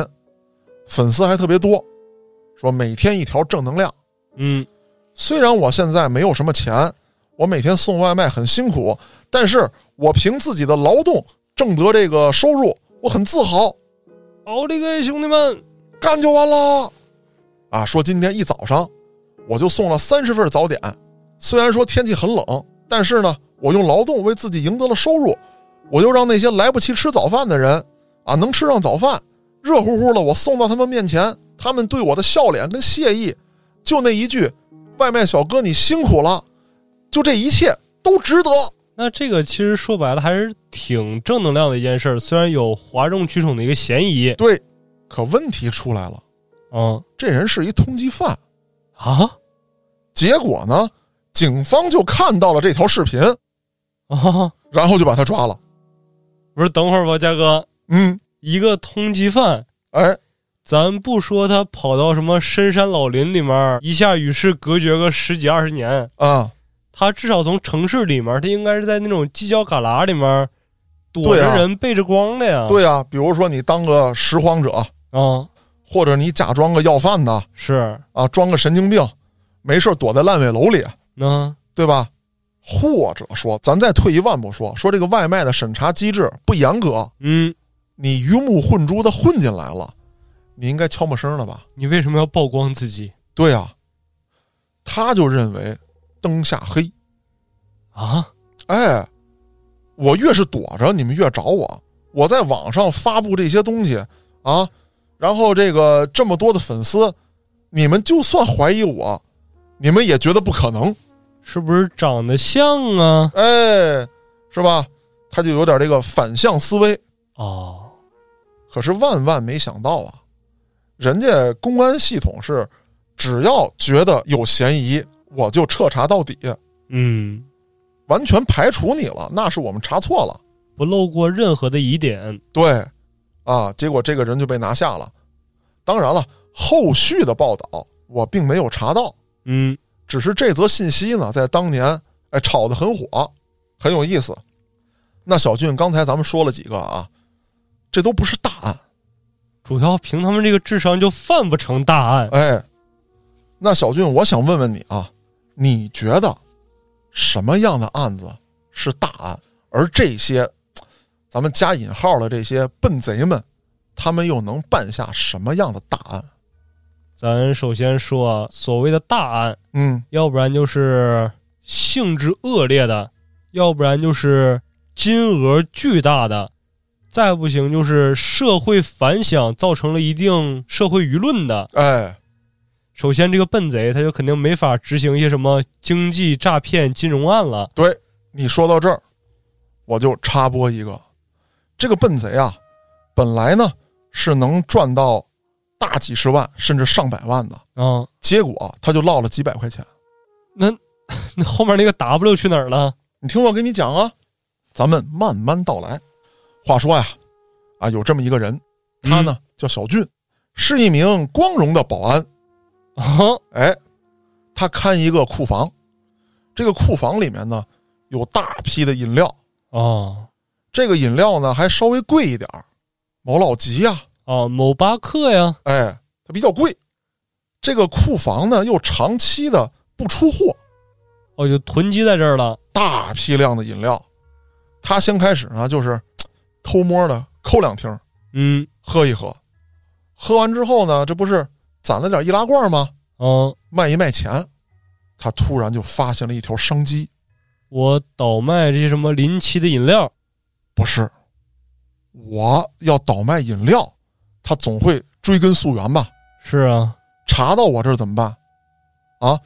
Speaker 1: 粉丝还特别多，说每天一条正能量。
Speaker 2: 嗯，
Speaker 1: 虽然我现在没有什么钱，我每天送外卖很辛苦，但是我凭自己的劳动挣得这个收入，我很自豪，
Speaker 2: 奥利给，兄弟们！
Speaker 1: 干就完了。啊，说今天一早上我就送了三十份早点，虽然说天气很冷，但是呢，我用劳动为自己赢得了收入，我就让那些来不及吃早饭的人啊，能吃上早饭，热乎乎的我送到他们面前，他们对我的笑脸跟谢意，就那一句“外卖小哥你辛苦了”，就这一切都值得。
Speaker 2: 那这个其实说白了还是挺正能量的一件事儿，虽然有哗众取宠的一个嫌疑。
Speaker 1: 对，可问题出来了，
Speaker 2: 嗯
Speaker 1: 这人是一通缉犯，
Speaker 2: 啊
Speaker 1: 结果呢，警方就看到了这条视频，
Speaker 2: 啊！
Speaker 1: 然后就把他抓了。
Speaker 2: 不是，等会儿吧，嘉哥，
Speaker 1: 嗯，
Speaker 2: 一个通缉犯，
Speaker 1: 哎，
Speaker 2: 咱不说他跑到什么深山老林里面儿，一下与世隔绝个十几二十年，
Speaker 1: 啊，
Speaker 2: 他至少从城市里面儿，他应该是在那种犄角旮旯里面儿躲
Speaker 1: 对
Speaker 2: 着
Speaker 1: 啊
Speaker 2: 人背着光的呀。
Speaker 1: 对啊，比如说你当个拾荒者，
Speaker 2: 啊，
Speaker 1: 或者你假装个要饭的
Speaker 2: 是
Speaker 1: 啊，装个神经病，没事儿躲在烂尾楼里，
Speaker 2: 那
Speaker 1: 对吧？或者说，咱再退一万步说，说这个外卖的审查机制不严格，
Speaker 2: 嗯，
Speaker 1: 你鱼目混珠的混进来了，你应该悄没声儿了吧？
Speaker 2: 你为什么要曝光自己
Speaker 1: 对啊，他就认为灯下黑，
Speaker 2: 啊？
Speaker 1: 哎，我越是躲着，你们越找我。我在网上发布这些东西啊，然后这个这么多的粉丝，你们就算怀疑我，你们也觉得不可能，
Speaker 2: 是不是长得像啊？
Speaker 1: 哎，是吧？他就有点这个反向思维。
Speaker 2: 哦，
Speaker 1: 可是万万没想到啊，人家公安系统是，只要觉得有嫌疑，我就彻查到底，
Speaker 2: 嗯，
Speaker 1: 完全排除你了，那是我们查错了。
Speaker 2: 不漏过任何的疑点。
Speaker 1: 对，啊，结果这个人就被拿下了。当然了，后续的报道我并没有查到，
Speaker 2: 嗯，
Speaker 1: 只是这则信息呢，在当年哎炒得很火，很有意思。那小俊，刚才咱们说了几个啊，这都不是大案，
Speaker 2: 主要凭他们这个智商就犯不成大案。
Speaker 1: 哎，那小俊，我想问问你啊，你觉得什么样的案子是大案，而这些咱们加引号的这些笨贼们，他们又能办下什么样的大案？
Speaker 2: 咱首先说啊，所谓的大案，
Speaker 1: 嗯，
Speaker 2: 要不然就是性质恶劣的，要不然就是金额巨大的，再不行就是社会反响造成了一定社会舆论的。
Speaker 1: 哎，
Speaker 2: 首先，这个笨贼他就肯定没法执行一些什么经济诈骗、金融案了。
Speaker 1: 你说到这儿，我就插播一个，这个笨贼啊，本来呢是能赚到大几十万甚至上百万的，
Speaker 2: 啊、
Speaker 1: 结果他就落了几百块钱。
Speaker 2: 那 后面那个 W 去哪儿了？
Speaker 1: 你听我跟你讲啊，咱们慢慢道来。话说呀，啊，有这么一个人，他呢、叫小俊，是一名光荣的保安。
Speaker 2: 啊、
Speaker 1: 哎，他看一个库房，这个库房里面呢有大批的饮料，
Speaker 2: 哦
Speaker 1: 这个饮料呢还稍微贵一点儿，某老吉呀、
Speaker 2: 哦，某巴克呀，
Speaker 1: 哎，它比较贵。这个库房呢又长期的不出货，
Speaker 2: 哦，就囤积在这儿了。
Speaker 1: 大批量的饮料。他先开始呢，就是嘖偷摸的抠两听，
Speaker 2: 嗯，
Speaker 1: 喝一喝。喝完之后呢，这不是攒了点易拉罐吗？
Speaker 2: 哦，
Speaker 1: 卖一卖钱。他突然就发现了一条商机，
Speaker 2: 我倒卖这些什么临期的饮料。
Speaker 1: 不是，我要倒卖饮料，他总会追根溯源吧？
Speaker 2: 是啊，
Speaker 1: 查到我这儿怎么办？啊，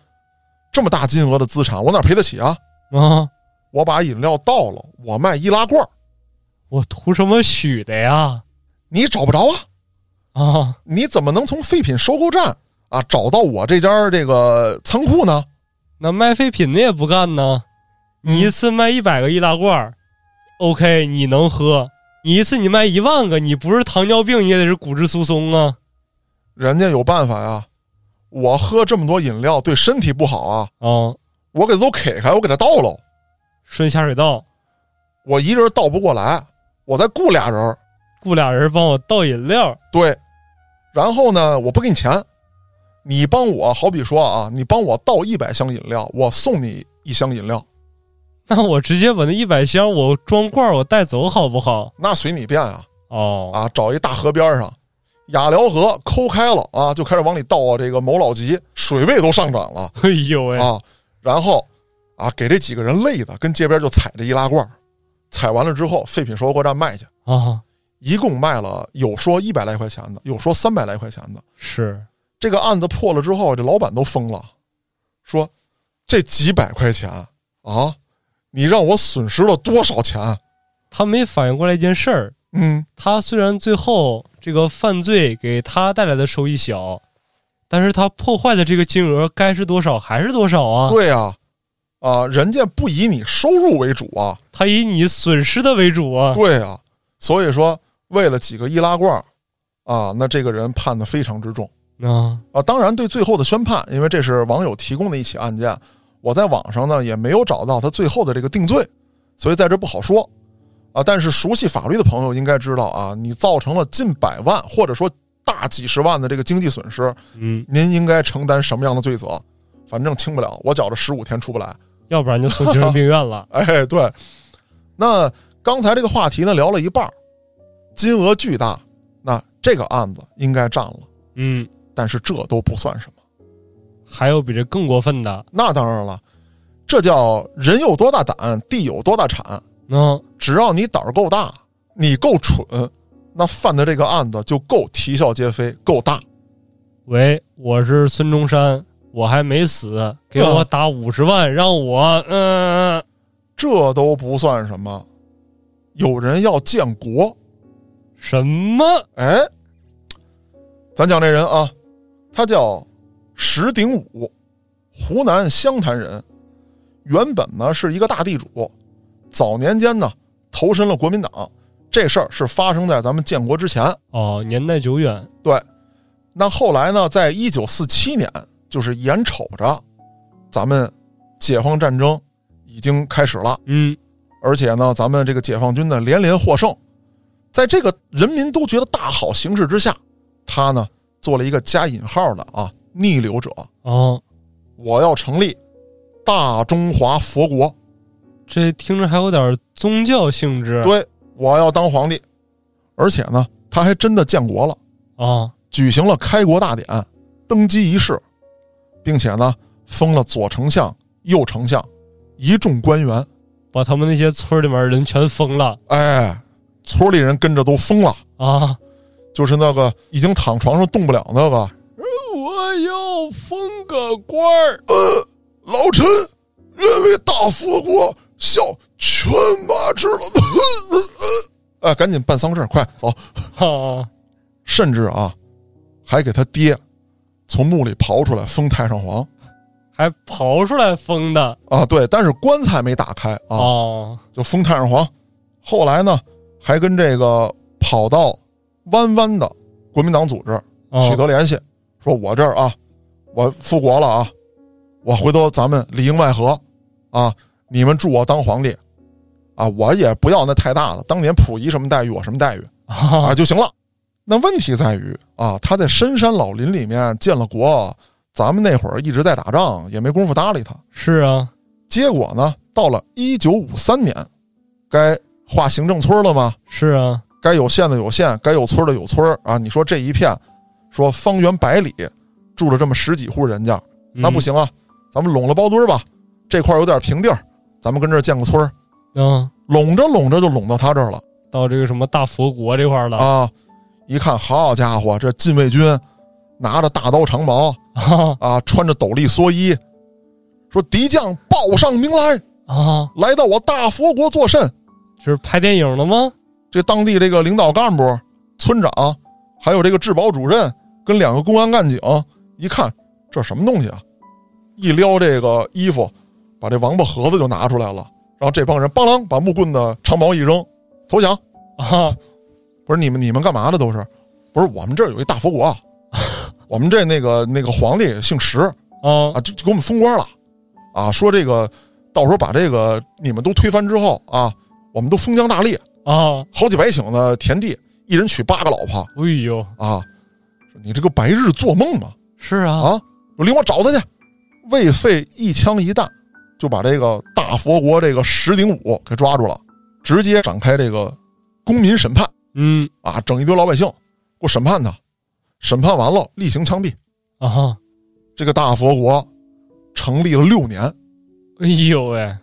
Speaker 1: 这么大金额的资产，我哪赔得起啊？
Speaker 2: 啊，
Speaker 1: 我把饮料倒了，我卖易拉罐儿，
Speaker 2: 我图什么许的呀？
Speaker 1: 你找不着啊？
Speaker 2: 啊，
Speaker 1: 你怎么能从废品收购站啊找到我这家这个仓库呢？
Speaker 2: 那卖废品的也不干呢。你一次卖一百个易拉罐儿，OK，你能喝。你一次你卖一万个，你不是糖尿病，你也得是骨质疏松啊。
Speaker 1: 人家有办法呀！我喝这么多饮料对身体不好啊！
Speaker 2: 啊，
Speaker 1: 我给它都给开，我给它倒喽。
Speaker 2: 顺下水道，
Speaker 1: 我一人倒不过来，我再雇俩人儿，
Speaker 2: 雇俩人帮我倒饮料。
Speaker 1: 对。然后呢，我不给你钱，你帮我，好比说啊，你帮我倒一百箱饮料，我送你一箱饮料，
Speaker 2: 那我直接把那一百箱我装罐儿我带走好不好？
Speaker 1: 那随你便啊
Speaker 2: 哦，
Speaker 1: 啊！找一大河边上，雅辽河抠开了啊，就开始往里倒啊，这个某老吉水位都上涨了。
Speaker 2: 哎呦喂，
Speaker 1: 啊，然后啊，给这几个人累的，跟街边就踩着易拉罐儿，踩完了之后，废品收购站卖去，
Speaker 2: 啊，
Speaker 1: 一共卖了有说一百来块钱的，有说三百来块钱的。
Speaker 2: 是
Speaker 1: 这个案子破了之后，这老板都疯了，说这几百块钱啊，你让我损失了多少钱？啊
Speaker 2: 他没反应过来一件事儿。
Speaker 1: 嗯，
Speaker 2: 他虽然最后这个犯罪给他带来的收益小，但是他破坏的这个金额该是多少还是多少啊？
Speaker 1: 对呀、啊，人家不以你收入为主啊，
Speaker 2: 他以你损失的为主啊。
Speaker 1: 对呀、所以说为了几个易拉罐儿啊，那这个人判的非常之重。
Speaker 2: 啊，
Speaker 1: 啊，当然对最后的宣判，因为这是网友提供的一起案件，我在网上呢也没有找到他最后的这个定罪，所以在这不好说啊。但是熟悉法律的朋友应该知道啊，你造成了近百万或者说大几十万的这个经济损失，
Speaker 2: 嗯，
Speaker 1: 您应该承担什么样的罪责？反正轻不了，我觉着十五天出不来。。
Speaker 2: 要不然就送精神病院了
Speaker 1: 哎，对，那刚才这个话题呢聊了一半儿，金额巨大，那这个案子应该占了，
Speaker 2: 嗯，
Speaker 1: 但是这都不算什么。
Speaker 2: 还有比这更过分的。
Speaker 1: 那当然了，这叫人有多大胆，地有多大产。
Speaker 2: 那、
Speaker 1: 只要你胆儿够大，你够蠢，那犯的这个案子就够啼笑皆非，够大。
Speaker 2: 喂，我是孙中山，我还没死，给我打五十万，让我嗯、呃
Speaker 1: 这都不算什么，有人要建国，
Speaker 2: 什么？
Speaker 1: 哎，咱讲这人啊，他叫石鼎武，湖南湘潭人，原本呢是一个大地主，早年间呢投身了国民党。这事儿是发生在咱们建国之前，
Speaker 2: 哦，年代久远，
Speaker 1: 那后来呢，在一九四七年，就是眼瞅着咱们解放战争已经开始了，
Speaker 2: 嗯，
Speaker 1: 而且呢，咱们这个解放军呢连连获胜，在这个人民都觉得大好形势之下，他呢做了一个加引号的啊逆流者，
Speaker 2: 哦，
Speaker 1: 我要成立大中华佛国，
Speaker 2: 这听着还有点宗教性质。
Speaker 1: 对我要当皇帝，而且呢，他还真的建国了。
Speaker 2: 啊，
Speaker 1: 举行了开国大典、登基仪式，并且呢封了左丞相、右丞相一众官员。
Speaker 2: 把他们那些村里面人全封了
Speaker 1: 哎，村里人跟着都疯了，
Speaker 2: 啊！
Speaker 1: 就是那个已经躺床上动不了那个
Speaker 2: 哎我要封个官儿，
Speaker 1: 老臣愿为大佛国效犬马之劳。 哎，赶紧办丧事，快走！
Speaker 2: 啊，
Speaker 1: 甚至啊，还给他爹从墓里刨出来封太上皇
Speaker 2: 还刨出来封的
Speaker 1: 啊。对，但是棺材没打开啊。
Speaker 2: 哦，
Speaker 1: 就封太上皇。后来呢，还跟这个跑到弯弯的国民党组织
Speaker 2: 啊
Speaker 1: 取得联系，说我这儿啊，我复国了啊，我回头咱们里应外合啊，你们助我当皇帝啊，我也不要那太大的，当年溥仪什么待遇我什么待遇
Speaker 2: 啊
Speaker 1: 啊就行了。那问题在于啊，他在深山老林里面建了国，咱们那会儿一直在打仗，也没工夫搭理他。
Speaker 2: 是啊，
Speaker 1: 结果呢，到了一九五三年，该划行政村了吗？
Speaker 2: 是啊，
Speaker 1: 该有县的有县，该有村的有村儿啊。你说这一片，说方圆百里住了这么十几户人家，那不
Speaker 2: 嗯，
Speaker 1: 行啊，咱们拢了包堆儿吧，这块儿有点平地儿，咱们跟这儿建个村儿。
Speaker 2: 嗯，
Speaker 1: 拢着拢着就拢到他这儿了
Speaker 2: 到这个什么大佛国这块儿了
Speaker 1: 啊！一看，好家伙，这禁卫军拿着大刀长矛
Speaker 2: 啊
Speaker 1: 啊，穿着斗笠蓑衣，说敌将报上名来，
Speaker 2: 啊，
Speaker 1: 来到我大佛国作甚。
Speaker 2: 这是拍电影了吗？
Speaker 1: 这当地这个领导干部、村长，还有这个治保主任跟两个公安干警一看，这什么东西啊？一撩这个衣服，把这王八盒子就拿出来了，然后这帮人梆啷把木棍的长矛一扔，投降。
Speaker 2: 啊
Speaker 1: 不是你们你们干嘛的都是？不是我们这儿有一大佛国啊，我们这那个那个皇帝姓石啊，
Speaker 2: 啊
Speaker 1: 就就给我们封官了啊，说这个到时候把这个你们都推翻之后啊，我们都封疆大吏，
Speaker 2: 啊！
Speaker 1: 好几百顷的田地，一人娶八个老婆
Speaker 2: 哎呦，
Speaker 1: 啊，你这个白日做梦嘛
Speaker 2: 是啊，
Speaker 1: 啊！我领我找他去，未费一枪一弹就把这个大佛国这个石鼎武给抓住了，直接展开这个公民审判。
Speaker 2: 嗯
Speaker 1: 啊，整一堆老百姓给我审判他，审判完了例行枪毙。
Speaker 2: 啊，
Speaker 1: 这个大佛国成立了六年，
Speaker 2: 哎呦喂，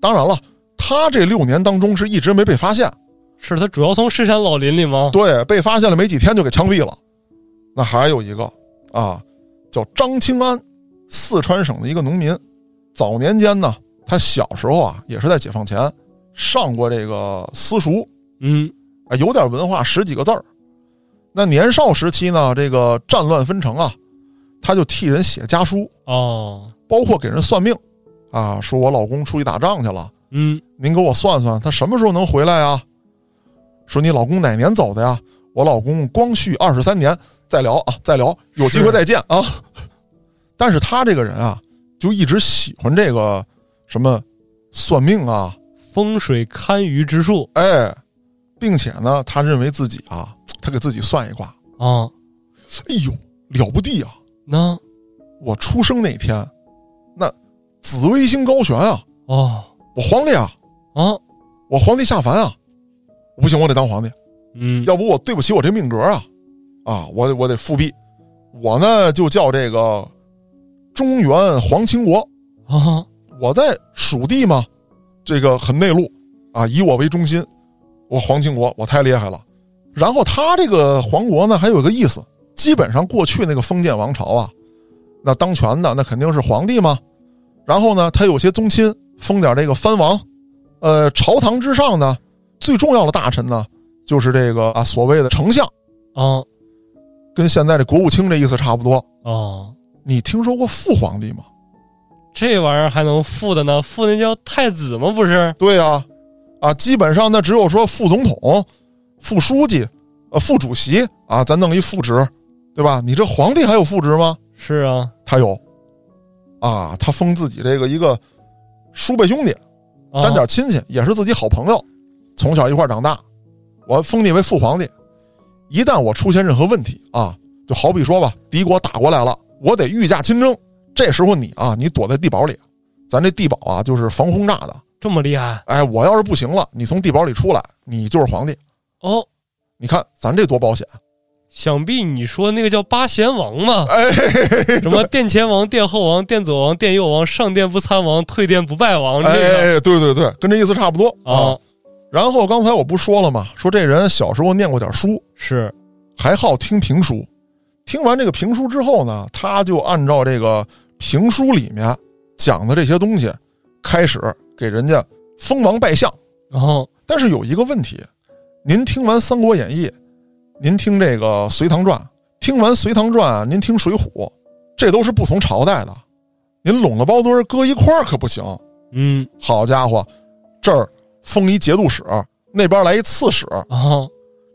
Speaker 1: 当然了，他这六年当中是一直没被发现，
Speaker 2: 是他主要从深山老林里吗？
Speaker 1: 对，被发现了没几天就给枪毙了。那还有一个啊，叫张清安，四川省的一个农民，早年间呢，他小时候啊也是在解放前上过这个私塾，
Speaker 2: 嗯
Speaker 1: 啊，有点文化，十几个字儿。那年少时期呢，这个战乱纷呈啊，他就替人写家书，
Speaker 2: 哦，
Speaker 1: 包括给人算命，啊，说我老公出去打仗去了，
Speaker 2: 嗯
Speaker 1: 您给我算算他什么时候能回来啊？说你老公哪年走的呀？我老公光绪二十三年，再聊啊，再聊，有机会再见啊。但是他这个人啊，就一直喜欢这个什么算命啊，
Speaker 2: 风水堪舆之术
Speaker 1: 哎，并且呢，他认为自己啊，他给自己算一卦，
Speaker 2: 啊，
Speaker 1: 哎呦，了不地啊！
Speaker 2: 那
Speaker 1: 我出生那天，那紫微星高悬啊，
Speaker 2: 哦
Speaker 1: 我皇帝啊，
Speaker 2: 啊，
Speaker 1: 我皇帝下凡啊，不行，我得当皇帝，
Speaker 2: 嗯
Speaker 1: 要不我对不起我这命格啊，啊，我我得复辟，我呢就叫这个中原皇倾国，
Speaker 2: 啊，
Speaker 1: 我在蜀地嘛，这个很内陆啊，以我为中心，我皇倾国，我太厉害了。然后他这个皇国呢，还有一个意思，基本上过去那个封建王朝啊，那当权的那肯定是皇帝嘛。然后呢，他有些宗亲封点这个藩王，呃，朝堂之上呢，最重要的大臣呢，就是这个啊所谓的丞相，
Speaker 2: 啊
Speaker 1: 跟现在这国务卿这意思差不多。
Speaker 2: 啊，
Speaker 1: 你听说过父皇帝吗？
Speaker 2: 这玩意儿还能富的呢？富那叫太子吗？不是？
Speaker 1: 对呀、啊，基本上那只有说副总统、副书记、呃副主席啊，咱弄一副职，对吧？你这皇帝还有副职吗？
Speaker 2: 是啊
Speaker 1: 他有，啊，他封自己这个一个叔辈兄弟，
Speaker 2: 啊，
Speaker 1: 沾点亲戚，也是自己好朋友，从小一块儿长大，我封你为父皇帝。一旦我出现任何问题啊，就好比说吧，敌国打过来了，我得御驾亲征。这时候你啊，你躲在地堡里，咱这地堡啊就是防轰炸的，
Speaker 2: 这么厉害
Speaker 1: 哎，我要是不行了，你从地堡里出来，你就是皇帝。
Speaker 2: 哦。
Speaker 1: 你看咱这多保险！
Speaker 2: 想必你说的那个叫八贤王嘛，
Speaker 1: 哎，
Speaker 2: 什么殿前王、殿后王、殿左王、殿右王、上殿不参王、退殿不拜哦王，这个
Speaker 1: 哎，对对对，跟这意思差不多
Speaker 2: 啊。
Speaker 1: 然后刚才我不是说了吗？说这人小时候念过点书，
Speaker 2: 是
Speaker 1: 还好听评书。听完这个评书之后呢，他就按照这个评书里面讲的这些东西，开始给人家封王拜相。
Speaker 2: 然后
Speaker 1: 但是有一个问题，您听完《三国演义》，您听这个《隋唐传》，听完《隋唐传》，您听《水浒》，这都是不同朝代的，您拢了包堆儿搁一块儿可不行。
Speaker 2: 嗯
Speaker 1: 好家伙，这儿封一节度使，那边来一刺史，
Speaker 2: 啊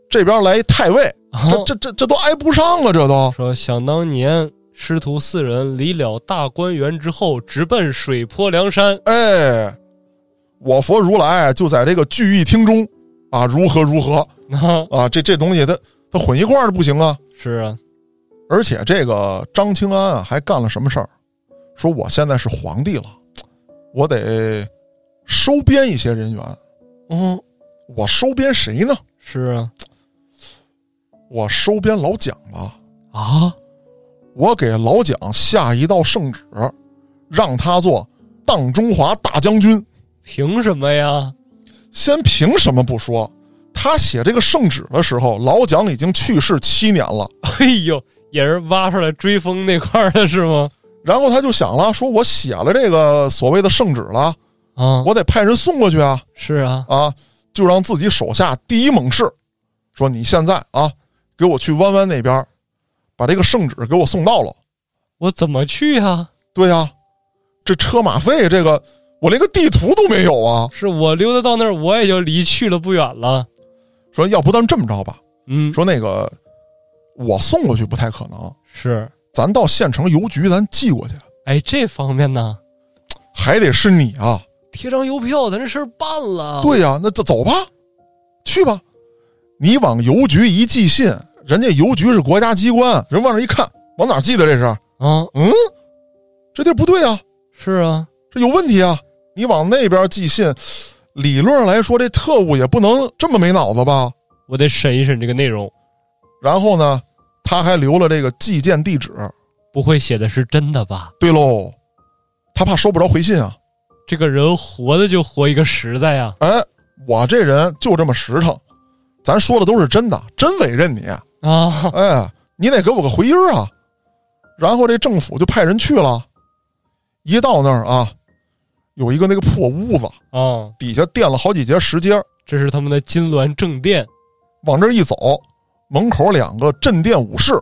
Speaker 1: 这边来一太尉，
Speaker 2: 啊，
Speaker 1: 这这这这都挨不上啊，这都
Speaker 2: 说想当年师徒四人离了大观园之后，直奔水泊梁山。
Speaker 1: 哎，我佛如来就在这个聚义厅中啊，如何如何
Speaker 2: 啊
Speaker 1: 啊，这这东西它他混一块儿不行啊。
Speaker 2: 是啊，
Speaker 1: 而且这个张清安啊，还干了什么事儿？说我现在是皇帝了，我得收编一些人员。
Speaker 2: 嗯，
Speaker 1: 我收编谁呢？
Speaker 2: 是啊，
Speaker 1: 我收编老蒋吧。
Speaker 2: 啊，
Speaker 1: 我给老蒋下一道圣旨，让他做荡中华大将军。
Speaker 2: 凭什么呀？
Speaker 1: 先凭什么不说？他写这个圣旨的时候，老蒋已经去世七年了。
Speaker 2: 哎呦，也是挖出来追风那块儿的是吗？
Speaker 1: 然后他就想了，说我写了这个所谓的圣旨了，
Speaker 2: 啊，
Speaker 1: 我得派人送过去啊
Speaker 2: 是啊，
Speaker 1: 啊！就让自己手下第一猛士说：“你现在啊，给我去弯弯那边，把这个圣旨给我送到了。
Speaker 2: 我怎么去啊？”
Speaker 1: 对呀、这车马费这个我连个地图都没有啊！
Speaker 2: 是我溜达到那儿，我也就离去了不远了。
Speaker 1: 说要不咱这么着吧，
Speaker 2: 嗯，
Speaker 1: 说那个我送过去不太可能，
Speaker 2: 是，
Speaker 1: 咱到县城邮局咱寄过去，
Speaker 2: 哎，这方面呢，
Speaker 1: 还得是你啊。
Speaker 2: 贴张邮票，咱这事儿办了。，
Speaker 1: 对呀、那走走吧，去吧。你往邮局一寄信，人家邮局是国家机关，人往这一看，往哪儿寄的？这是，
Speaker 2: 啊，
Speaker 1: 嗯，这地儿不对啊，
Speaker 2: 是啊，
Speaker 1: 这有问题啊。你往那边寄信，理论上来说，这特务也不能这么没脑子吧？
Speaker 2: 我得审一审这个内容，
Speaker 1: 然后呢，他还留了这个寄件地址。
Speaker 2: 不会写的是真的吧？
Speaker 1: 对喽，他怕收不着回信啊。
Speaker 2: 这个人活的就活一个实在啊呀、
Speaker 1: 哎，我这人就这么实诚，咱说的都是真的，真委任你。
Speaker 2: 啊！
Speaker 1: 哎，你得给我个回音儿啊。然后这政府就派人去了，一到那儿啊，有一个那个破屋子，
Speaker 2: 啊啊，
Speaker 1: 底下垫了好几节石阶儿，
Speaker 2: 这是他们的金銮正殿
Speaker 1: 往这儿一走，门口两个镇殿武士，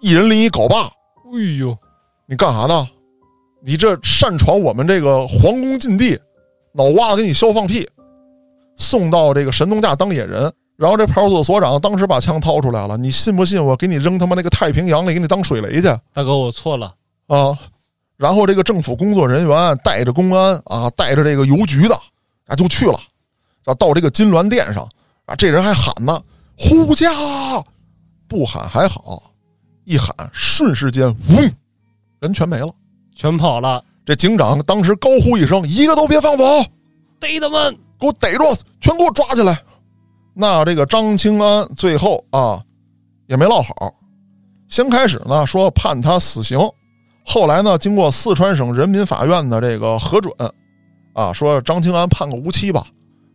Speaker 1: 一人拎一镐把，
Speaker 2: 哎呦，
Speaker 1: 你干啥呢？你这擅闯我们这个皇宫禁地，脑瓜子给你削放屁，送到这个神农架当野人。然后这派出所所长当时把枪掏出来了，你信不信我给你扔他妈那个太平洋里给你当水雷去？
Speaker 2: 大哥，我错了，
Speaker 1: 啊，然后这个政府工作人员带着公安啊，带着这个邮局的啊，就去了，啊，到这个金銮殿上啊，这人还喊呢，呼驾，不喊还好，一喊瞬时间，嗡，人全没了。
Speaker 2: 全跑了，
Speaker 1: 这警长当时高呼一声：“一个都别放走，
Speaker 2: 逮他们！
Speaker 1: 给我逮住，全给我抓起来！”那这个张清安最后啊也没落好，先开始呢说判他死刑，后来呢经过四川省人民法院的这个核准，啊说张清安判个无期吧。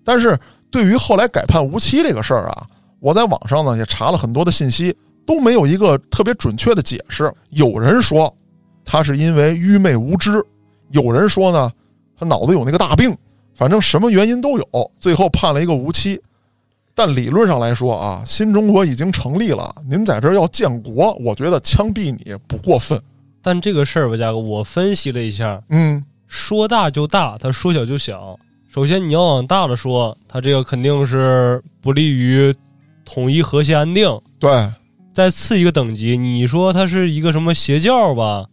Speaker 1: 但是对于后来改判无期这个事儿啊，我在网上呢也查了很多的信息，都没有一个特别准确的解释。有人说他是因为愚昧无知，有人说呢他脑子有那个大病，反正什么原因都有，最后判了一个无期。但理论上来说啊，新中国已经成立了，您在这儿要建国，我觉得枪毙你不过分。
Speaker 2: 但这个事儿吧，嘉哥，我分析了一下，
Speaker 1: 嗯，
Speaker 2: 说大就大，它说小就小。首先，你要往大了说，它这个肯定是不利于统一和谐安定。
Speaker 1: 对，
Speaker 2: 再次一个等级，你说它是一个什么邪教吧？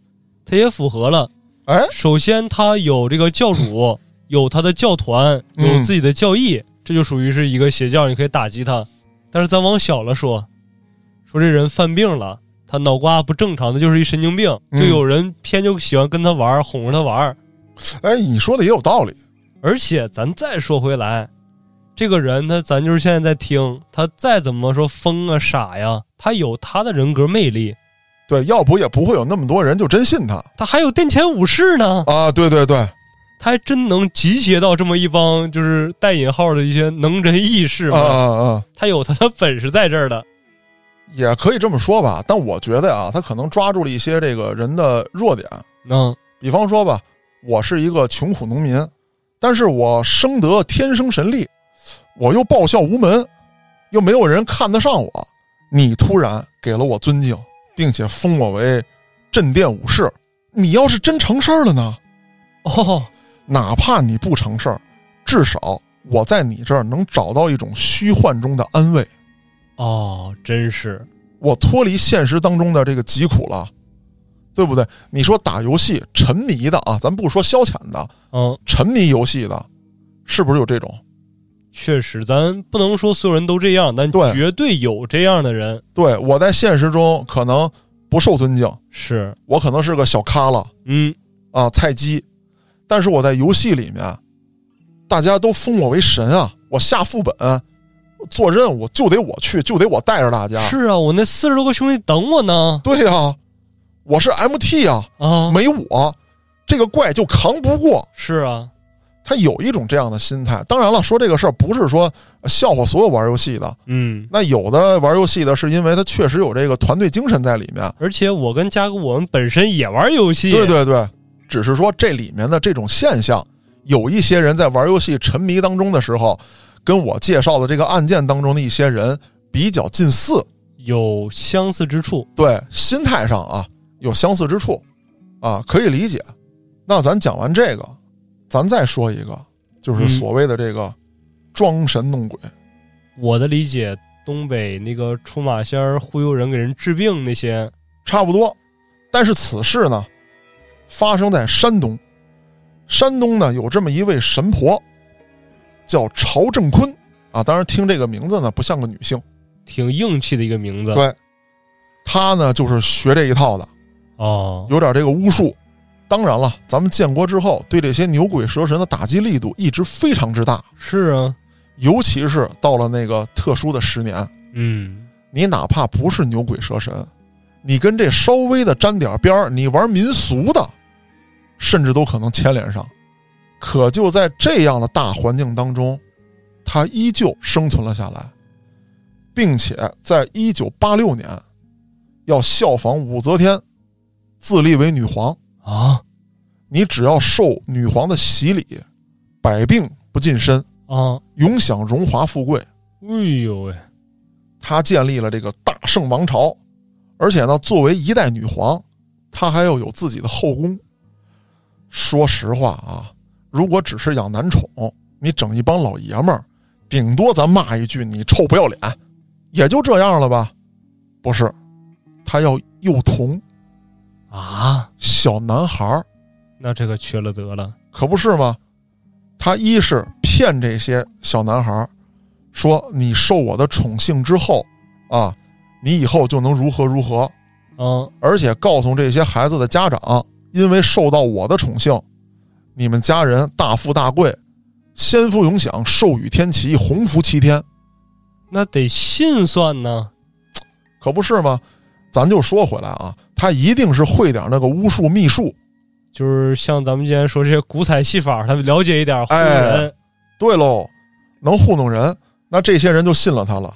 Speaker 2: 它也符合了。
Speaker 1: 哎，
Speaker 2: 首先，它有这个教 主，有他的教团，有
Speaker 1: 嗯
Speaker 2: 自己的教义，这就属于是一个邪教，你可以打击他。但是咱往小了说，说这人犯病了，他脑瓜不正常的就是一神经病，
Speaker 1: 嗯
Speaker 2: 就有人偏就喜欢跟他玩儿，哄着他玩儿。
Speaker 1: 哎，你说的也有道理。
Speaker 2: 而且咱再说回来，这个人他咱就是现在在听，他再怎么说疯啊傻呀，他有他的人格魅力，
Speaker 1: 对，要不也不会有那么多人就真信他
Speaker 2: 他还有殿前武士呢，
Speaker 1: 啊！对对对，
Speaker 2: 他还真能集结到这么一帮就是带引号的一些能人异士
Speaker 1: 啊
Speaker 2: 嘛，
Speaker 1: 啊啊，
Speaker 2: 他有他的本事在这儿的。
Speaker 1: 也可以这么说吧。但我觉得啊，他可能抓住了一些这个人的弱点，
Speaker 2: 嗯，
Speaker 1: 比方说吧，我是一个穷苦农民，但是我生得天生神力，我又报效无门，又没有人看得上我。你突然给了我尊敬，并且封我为镇殿武士，你要是真成事儿了呢？
Speaker 2: 哦，
Speaker 1: 哪怕你不成事儿，至少我在你这儿能找到一种虚幻中的安慰。
Speaker 2: 哦，真是，
Speaker 1: 我脱离现实当中的这个疾苦了，对不对？你说打游戏沉迷的啊，咱不说消遣的，
Speaker 2: 嗯，
Speaker 1: 沉迷游戏的，是不是有这种？
Speaker 2: 确实，咱不能说所有人都这样，但
Speaker 1: 对
Speaker 2: 绝对有这样的人。
Speaker 1: 对我在现实中可能不受尊敬，
Speaker 2: 是，
Speaker 1: 我可能是个小咖了
Speaker 2: 嗯，
Speaker 1: 啊，菜鸡，但是我在游戏里面，大家都封我为神啊，我下副本做任务就得我去，就得我带着大家。
Speaker 2: 是啊，我那四十多个兄弟等我呢。
Speaker 1: 对呀、我是 MT 啊，
Speaker 2: 啊，
Speaker 1: 没我这个怪就扛不过。
Speaker 2: 是啊，
Speaker 1: 他有一种这样的心态。当然了，说这个事儿不是说呃笑话所有玩游戏的，
Speaker 2: 嗯。
Speaker 1: 那有的玩游戏的是因为他确实有这个团队精神在里面。
Speaker 2: 而且我跟嘉哥，我们本身也玩游戏，
Speaker 1: 对对对，只是说这里面的这种现象，有一些人在玩游戏沉迷当中的时候，跟我介绍的这个案件当中的一些人比较近似，
Speaker 2: 有相似之处。
Speaker 1: 对心态上啊有相似之处，啊可以理解。那咱讲完这个，咱再说一个，就是
Speaker 2: 嗯
Speaker 1: 所谓的这个装神弄鬼。
Speaker 2: 我的理解，东北那个出马仙儿忽悠人给人治病那些，
Speaker 1: 差不多。但是此事呢，发生在山东。山东呢有这么一位神婆，叫曹正坤啊。当然，听这个名字呢不像个女性，
Speaker 2: 挺硬气的一个名字。
Speaker 1: 对她呢就是学这一套的，
Speaker 2: 哦，
Speaker 1: 有点这个巫术。当然了，咱们建国之后对这些牛鬼蛇神的打击力度一直非常之大，
Speaker 2: 是啊，
Speaker 1: 尤其是到了那个特殊的十年，
Speaker 2: 嗯，
Speaker 1: 你哪怕不是牛鬼蛇神，你跟这稍微的沾点边儿，你玩民俗的，甚至都可能牵连上。可就在这样的大环境当中，他依旧生存了下来，并且在一九八六年，要效仿武则天，自立为女皇。
Speaker 2: 啊，
Speaker 1: 你只要受女皇的洗礼，百病不近身，
Speaker 2: 啊，
Speaker 1: 永享荣华富贵。
Speaker 2: 哎呦喂，
Speaker 1: 她建立了这个大圣王朝，而且呢，作为一代女皇，她还要有自己的后宫。说实话啊，如果只是养男宠，你整一帮老爷们儿，顶多咱骂一句你臭不要脸，也就这样了吧？不是，她要幼童
Speaker 2: 啊，
Speaker 1: 小男孩儿，
Speaker 2: 那这个缺了德了。
Speaker 1: 可不是吗？她一是骗这些小男孩儿，说你受我的宠幸之后啊，你以后就能如何如何。
Speaker 2: 啊，
Speaker 1: 而且告诉这些孩子的家长，因为受到我的宠幸，你们家人大富大贵，先福永享，寿与天齐，鸿福齐天，
Speaker 2: 那得心算呢。
Speaker 1: 可不是吗？咱就说回来啊，他一定是会点那个巫术秘术。
Speaker 2: 就是像咱们今天说这些古彩戏法，他们了解一点，忽悠
Speaker 1: 哎
Speaker 2: 人、
Speaker 1: 对喽，能糊弄人，那这些人就信了他了。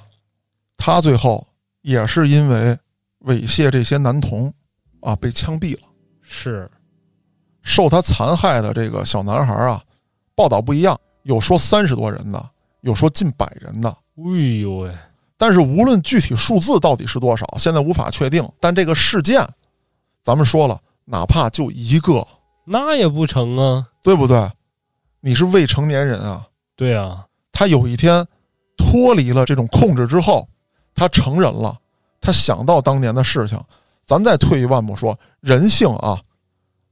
Speaker 1: 他最后也是因为猥亵这些男童啊，被枪毙了。
Speaker 2: 是
Speaker 1: 受他残害的这个小男孩啊，报道不一样，有说三十多人的，有说近百人的。
Speaker 2: 哎呦喂，
Speaker 1: 但是无论具体数字到底是多少，现在无法确定。但这个事件，咱们说了，哪怕就一个，
Speaker 2: 那也不成啊。
Speaker 1: 对不对？你是未成年人啊，
Speaker 2: 对啊，
Speaker 1: 他有一天脱离了这种控制之后，他成人了，他想到当年的事情。咱再退一万步说，人性啊，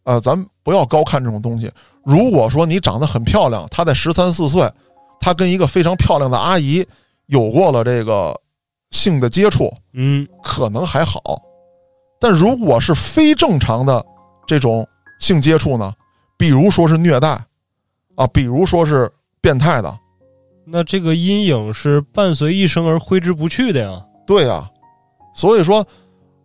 Speaker 1: 呃，咱不要高看这种东西。如果说你长得很漂亮，她在十三四岁，她跟一个非常漂亮的阿姨有过了这个性的接触，
Speaker 2: 嗯，
Speaker 1: 可能还好。但如果是非正常的这种性接触呢，比如说是虐待啊，比如说是变态的，
Speaker 2: 那这个阴影是伴随一生而挥之不去的呀。
Speaker 1: 对啊，所以说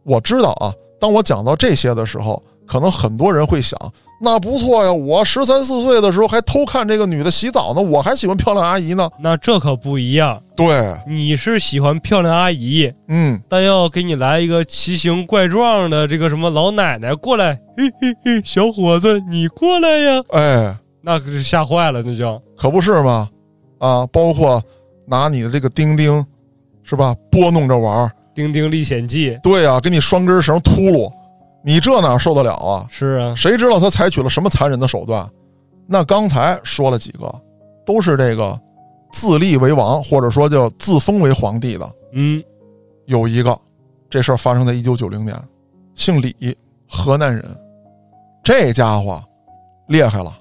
Speaker 1: 我知道啊，当我讲到这些的时候，可能很多人会想，那不错呀，我十三四岁的时候还偷看这个女的洗澡呢，我还喜欢漂亮阿姨呢。
Speaker 2: 那这可不一样，
Speaker 1: 对，
Speaker 2: 你是喜欢漂亮阿姨，
Speaker 1: 嗯，
Speaker 2: 但要给你来一个奇形怪状的这个什么老奶奶过来，嘿嘿嘿，小伙子你过来呀，
Speaker 1: 哎，
Speaker 2: 那可是吓坏了，那就
Speaker 1: 可不是嘛，啊，包括拿你的这个钉钉，是吧，拨弄着玩儿，
Speaker 2: 《丁丁历险记》
Speaker 1: 对啊，给你拴根绳秃噜，你这哪受得了啊？
Speaker 2: 是啊，
Speaker 1: 谁知道他采取了什么残忍的手段？那刚才说了几个，都是这个自立为王，或者说叫自封为皇帝的。
Speaker 2: 嗯，
Speaker 1: 有一个，这事儿发生在一九九零年，姓李，河南人。这家伙厉害了，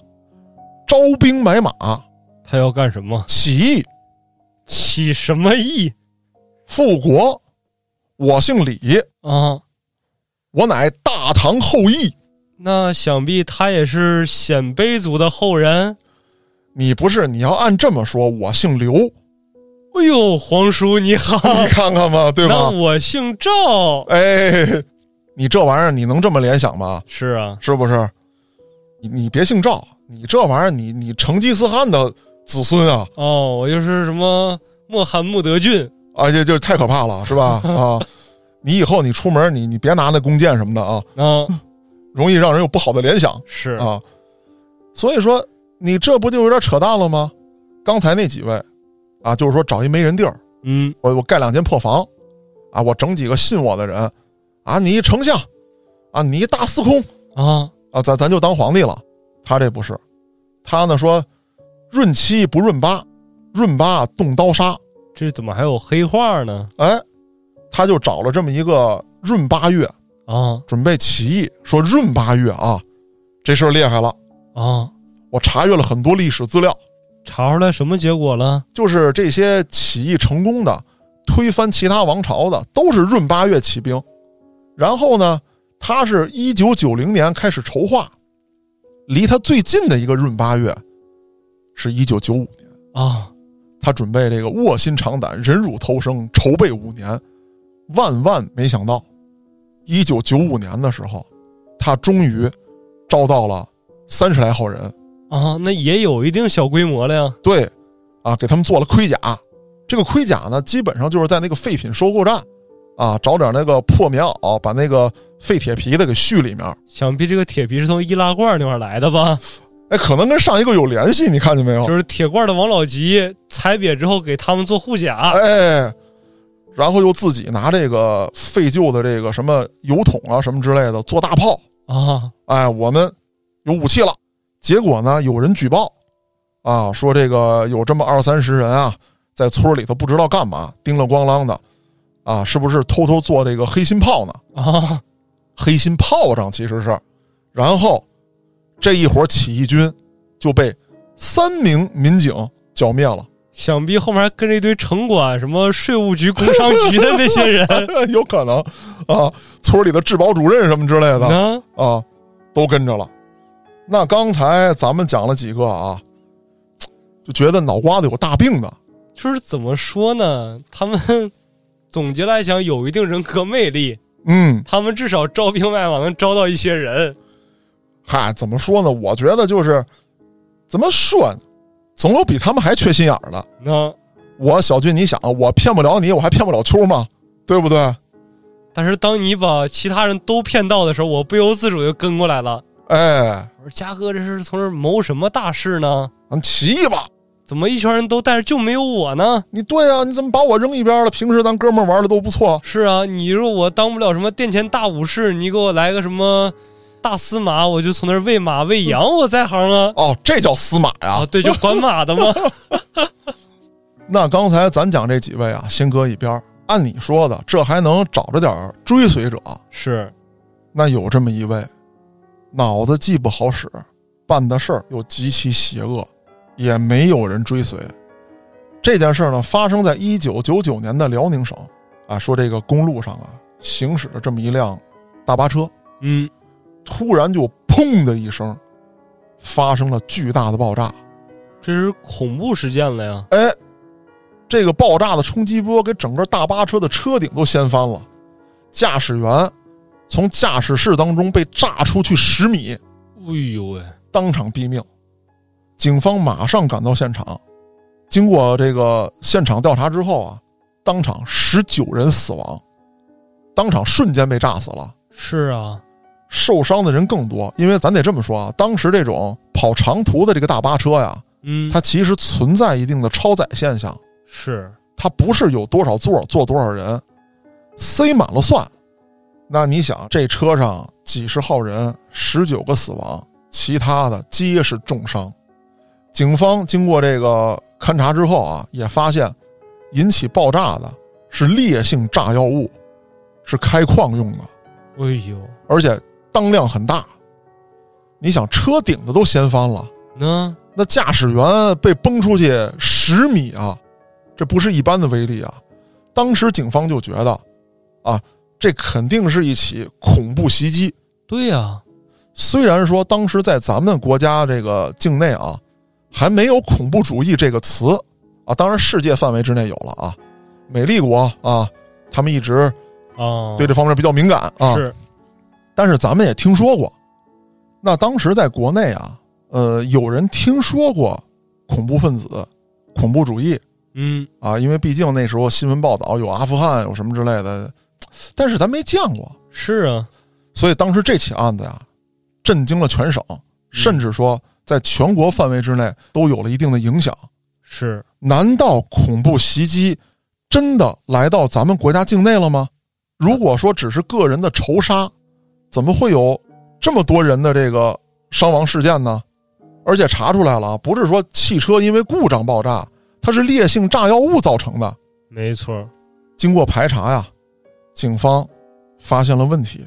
Speaker 1: 招兵买马，
Speaker 2: 他要干什么？
Speaker 1: 起义，
Speaker 2: 起什么义
Speaker 1: 复国，我姓李，
Speaker 2: 啊？
Speaker 1: 我乃大唐后裔。
Speaker 2: 那想必他也是鲜卑族的后人。
Speaker 1: 你不是，你要按这么说，我姓刘，你
Speaker 2: 哎呦，皇叔你好，
Speaker 1: 看看吧，对吧？
Speaker 2: 那我姓赵。
Speaker 1: 哎，你这玩意儿你能这么联想吗？
Speaker 2: 是啊，
Speaker 1: 是不是？你你别姓赵，你这玩意儿你你成吉思汗的子孙啊，
Speaker 2: 哦，我就是什么莫罕穆德俊，
Speaker 1: 啊，这就太可怕了，是吧？啊，你以后你出门你你别拿那弓箭什么的啊，
Speaker 2: 啊，
Speaker 1: 容易让人有不好的联想
Speaker 2: 是
Speaker 1: 啊。所以说你这不就有点扯淡了吗？刚才那几位啊，就是说找一没人地儿，
Speaker 2: 嗯，
Speaker 1: 我我盖两间破房，啊，我整几个信我的人，啊，你一丞相，啊，你一大司空，
Speaker 2: 啊，
Speaker 1: 啊，咱咱就当皇帝了。他这不是，他呢说润七不润八，润八动刀杀。
Speaker 2: 这怎么还有黑话呢？
Speaker 1: 哎，他就找了这么一个润八月，
Speaker 2: 啊
Speaker 1: 准备起义，说润八月啊，这事儿厉害了。
Speaker 2: 啊，
Speaker 1: 我查阅了很多历史资料，
Speaker 2: 查出来什么结果了？
Speaker 1: 就是这些起义成功的、推翻其他王朝的，都是润八月起兵。然后呢，他是一九九零年开始筹划，离他最近的一个润八月是一九九五年。
Speaker 2: 啊，
Speaker 1: 他准备这个卧薪尝胆、忍辱偷生，筹备五年，万万没想到，一九九五年的时候，他终于招到了三十来号人，
Speaker 2: 啊，那也有一定小规模了呀。
Speaker 1: 对，啊，给他们做了盔甲。这个盔甲呢，基本上就是在那个废品收购站，啊，找点那个破棉袄，把那个废铁皮的给续里面。
Speaker 2: 想必这个铁皮是从易拉罐那块儿来的吧？
Speaker 1: 哎，可能跟上一个有联系，你看见没有？
Speaker 2: 就是铁罐的王老吉裁瘪之后给他们做护甲。
Speaker 1: 哎，然后又自己拿这个废旧的这个什么油桶啊什么之类的做大炮。
Speaker 2: 啊
Speaker 1: 哎，我们有武器了。结果呢，有人举报啊，说这个有这么二三十人啊，在村里头不知道干嘛，叮了咣啷的啊，是不是偷偷做这个黑心炮呢？
Speaker 2: 啊
Speaker 1: 黑心炮仗其实是，然后这一伙起义军就被三名民警剿灭了，
Speaker 2: 想必后面还跟着一堆城管、什么税务局、工商局的那些人
Speaker 1: 有可能啊，村里的治保主任什么之类的，
Speaker 2: 呢。
Speaker 1: 啊，都跟着了。那刚才咱们讲了几个啊，就觉得脑瓜子有大病的，
Speaker 2: 就是怎么说呢？他们 总结来讲有一定人格魅力，
Speaker 1: 嗯，
Speaker 2: 他们至少招兵买马能招到一些人。
Speaker 1: 嗨，怎么说呢？我觉得就是怎么说呢，总有比他们还缺心眼儿的。
Speaker 2: 那
Speaker 1: 我小俊，你想，我骗不了你，我还骗不了秋吗？对不对？
Speaker 2: 但是当你把其他人都骗到的时候，我不由自主就跟过来了。
Speaker 1: 哎，
Speaker 2: 我说：“嘉哥，这是从这儿谋什么大事呢？
Speaker 1: 咱起义吧！
Speaker 2: 怎么一圈人都带着就没有我呢？
Speaker 1: 你对呀、你怎么把我扔一边了？平时咱哥们儿玩的都不错，
Speaker 2: 是啊，你说我当不了什么殿前大武士，你给我来个什么大司马，我就从那儿喂马喂羊，我在行啊。
Speaker 1: 哦，这叫司马呀、
Speaker 2: 啊，对，就管马的嘛。
Speaker 1: 那刚才咱讲这几位啊，先搁一边儿。按你说的，这还能找着点儿追随者，
Speaker 2: 是
Speaker 1: 那有这么一位，脑子既不好使，办的事儿又极其邪恶，也没有人追随。这件事儿呢，发生在一九九九年的辽宁省啊，说这个公路上啊，行驶着这么一辆大巴车，
Speaker 2: 嗯，
Speaker 1: 突然就砰的一声，发生了巨大的爆炸。
Speaker 2: 这是恐怖事件了呀！
Speaker 1: 哎，这个爆炸的冲击波给整个大巴车的车顶都掀翻了，驾驶员从驾驶室当中被炸出去十米。
Speaker 2: 哎呦喂，
Speaker 1: 当场毙命。警方马上赶到现场，经过这个现场调查之后啊，当场十九人死亡，当场瞬间被炸死了，
Speaker 2: 是啊，
Speaker 1: 受伤的人更多。因为咱得这么说啊，当时这种跑长途的这个大巴车呀，
Speaker 2: 嗯，
Speaker 1: 它其实存在一定的超载现象，
Speaker 2: 是
Speaker 1: 它不是有多少座坐多少人，塞满了算。那你想，这车上几十号人，十九个死亡，其他的皆是重伤。警方经过这个勘查之后啊，也发现引起爆炸的是烈性炸药物，是开矿用的，
Speaker 2: 哎呦，
Speaker 1: 而且当量很大。你想，车顶子都掀翻了，
Speaker 2: 那
Speaker 1: 那驾驶员被崩出去十米啊，这不是一般的威力啊！当时警方就觉得，啊，这肯定是一起恐怖袭击。
Speaker 2: 对啊呀、
Speaker 1: 虽然说当时在咱们国家这个境内啊，还没有“恐怖主义”这个词啊，当然世界范围之内有了啊。美利国啊，他们一直
Speaker 2: 啊，
Speaker 1: 对这方面比较敏感啊，
Speaker 2: 是
Speaker 1: 但是咱们也听说过。那当时在国内啊，呃，有人听说过恐怖分子、恐怖主义，
Speaker 2: 嗯，
Speaker 1: 啊，因为毕竟那时候新闻报道有阿富汗有什么之类的，但是咱没见过，
Speaker 2: 是啊，
Speaker 1: 所以当时这起案子呀，震惊了全省，甚至说在全国范围之内都有了一定的影响。
Speaker 2: 是
Speaker 1: 难道恐怖袭击真的来到咱们国家境内了吗？如果说只是个人的仇杀，怎么会有这么多人的这个伤亡事件呢？而且查出来了啊，不是说汽车因为故障爆炸，它是烈性炸药物造成的。
Speaker 2: 没错，
Speaker 1: 经过排查呀，警方发现了问题，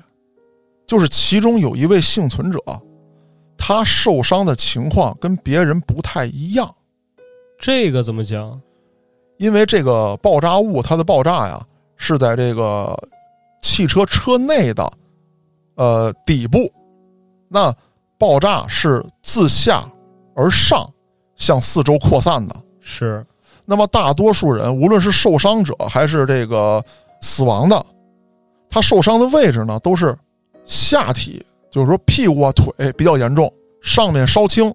Speaker 1: 就是其中有一位幸存者，他受伤的情况跟别人不太一样，
Speaker 2: 这个怎么讲？
Speaker 1: 因为这个爆炸物它的爆炸呀是在这个汽车车内的呃底部，那爆炸是自下而上向四周扩散的，
Speaker 2: 是
Speaker 1: 那么大多数人，无论是受伤者还是这个死亡的，他受伤的位置呢，都是下体，就是说屁股啊、腿比较严重，上面稍轻，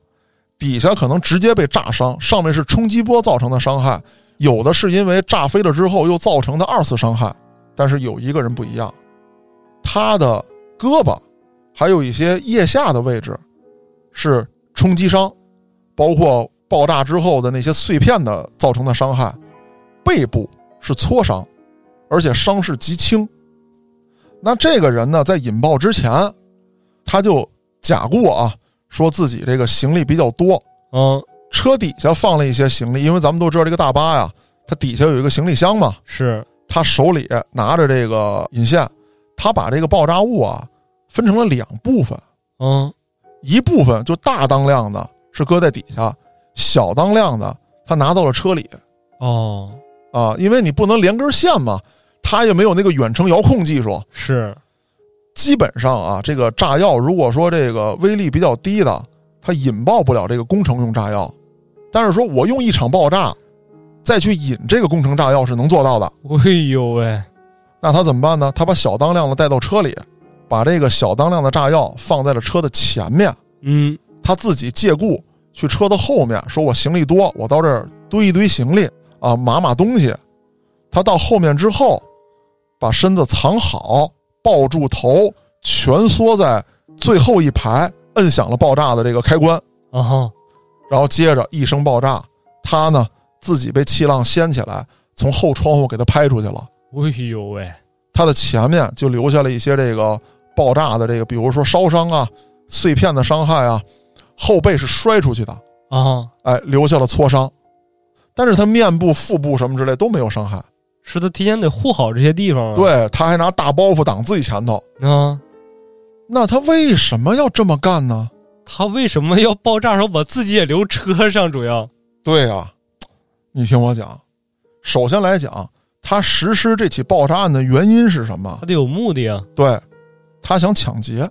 Speaker 1: 底下可能直接被炸伤，上面是冲击波造成的伤害，有的是因为炸飞了之后又造成的二次伤害。但是有一个人不一样，他的胳膊还有一些腋下的位置是冲击伤，包括爆炸之后的那些碎片的造成的伤害，背部是挫伤，而且伤势极轻。那这个人呢，在引爆之前，他就假过啊，说自己这个行李比较多，
Speaker 2: 嗯，
Speaker 1: 车底下放了一些行李，因为咱们都知道这个大巴呀，它底下有一个行李箱嘛，
Speaker 2: 是
Speaker 1: 他手里拿着这个引线，他把这个爆炸物啊分成了两部分，
Speaker 2: 嗯，
Speaker 1: 一部分就大当量的是搁在底下，小当量的他拿到了车里
Speaker 2: 哦，
Speaker 1: 啊，因为你不能连根线嘛，他也没有那个远程遥控技术，
Speaker 2: 是
Speaker 1: 基本上啊，这个炸药如果说这个威力比较低的，它引爆不了这个工程用炸药，但是说我用一场爆炸再去引这个工程炸药是能做到的。
Speaker 2: 哎呦喂，
Speaker 1: 那他怎么办呢？他把小当量的带到车里，把这个小当量的炸药放在了车的前面，
Speaker 2: 嗯，
Speaker 1: 他自己借故去车的后面，说我行李多，我到这儿堆一堆行李啊，码码东西。他到后面之后，把身子藏好，抱住头，蜷缩在最后一排，摁响了爆炸的这个开关，
Speaker 2: 啊哈，
Speaker 1: 然后接着一声爆炸，他呢自己被气浪掀起来，从后窗户给他拍出去了。
Speaker 2: 哎呦喂，
Speaker 1: 它的前面就留下了一些这个爆炸的这个，比如说烧伤啊、碎片的伤害啊，后背是摔出去的，
Speaker 2: 啊哈，
Speaker 1: 哎，留下了挫伤，但是他面部、腹部什么之类都没有伤害。
Speaker 2: 是他提前得护好这些地方啊。，
Speaker 1: 对，他还拿大包袱挡自己前头，
Speaker 2: 啊，
Speaker 1: 那他为什么要这么干呢？
Speaker 2: 他为什么要爆炸时候把自己也留车上？主要，
Speaker 1: 对啊，你听我讲，首先来讲，他实施这起爆炸案的原因是什么
Speaker 2: 他？得有目的啊。
Speaker 1: 对，他想抢劫。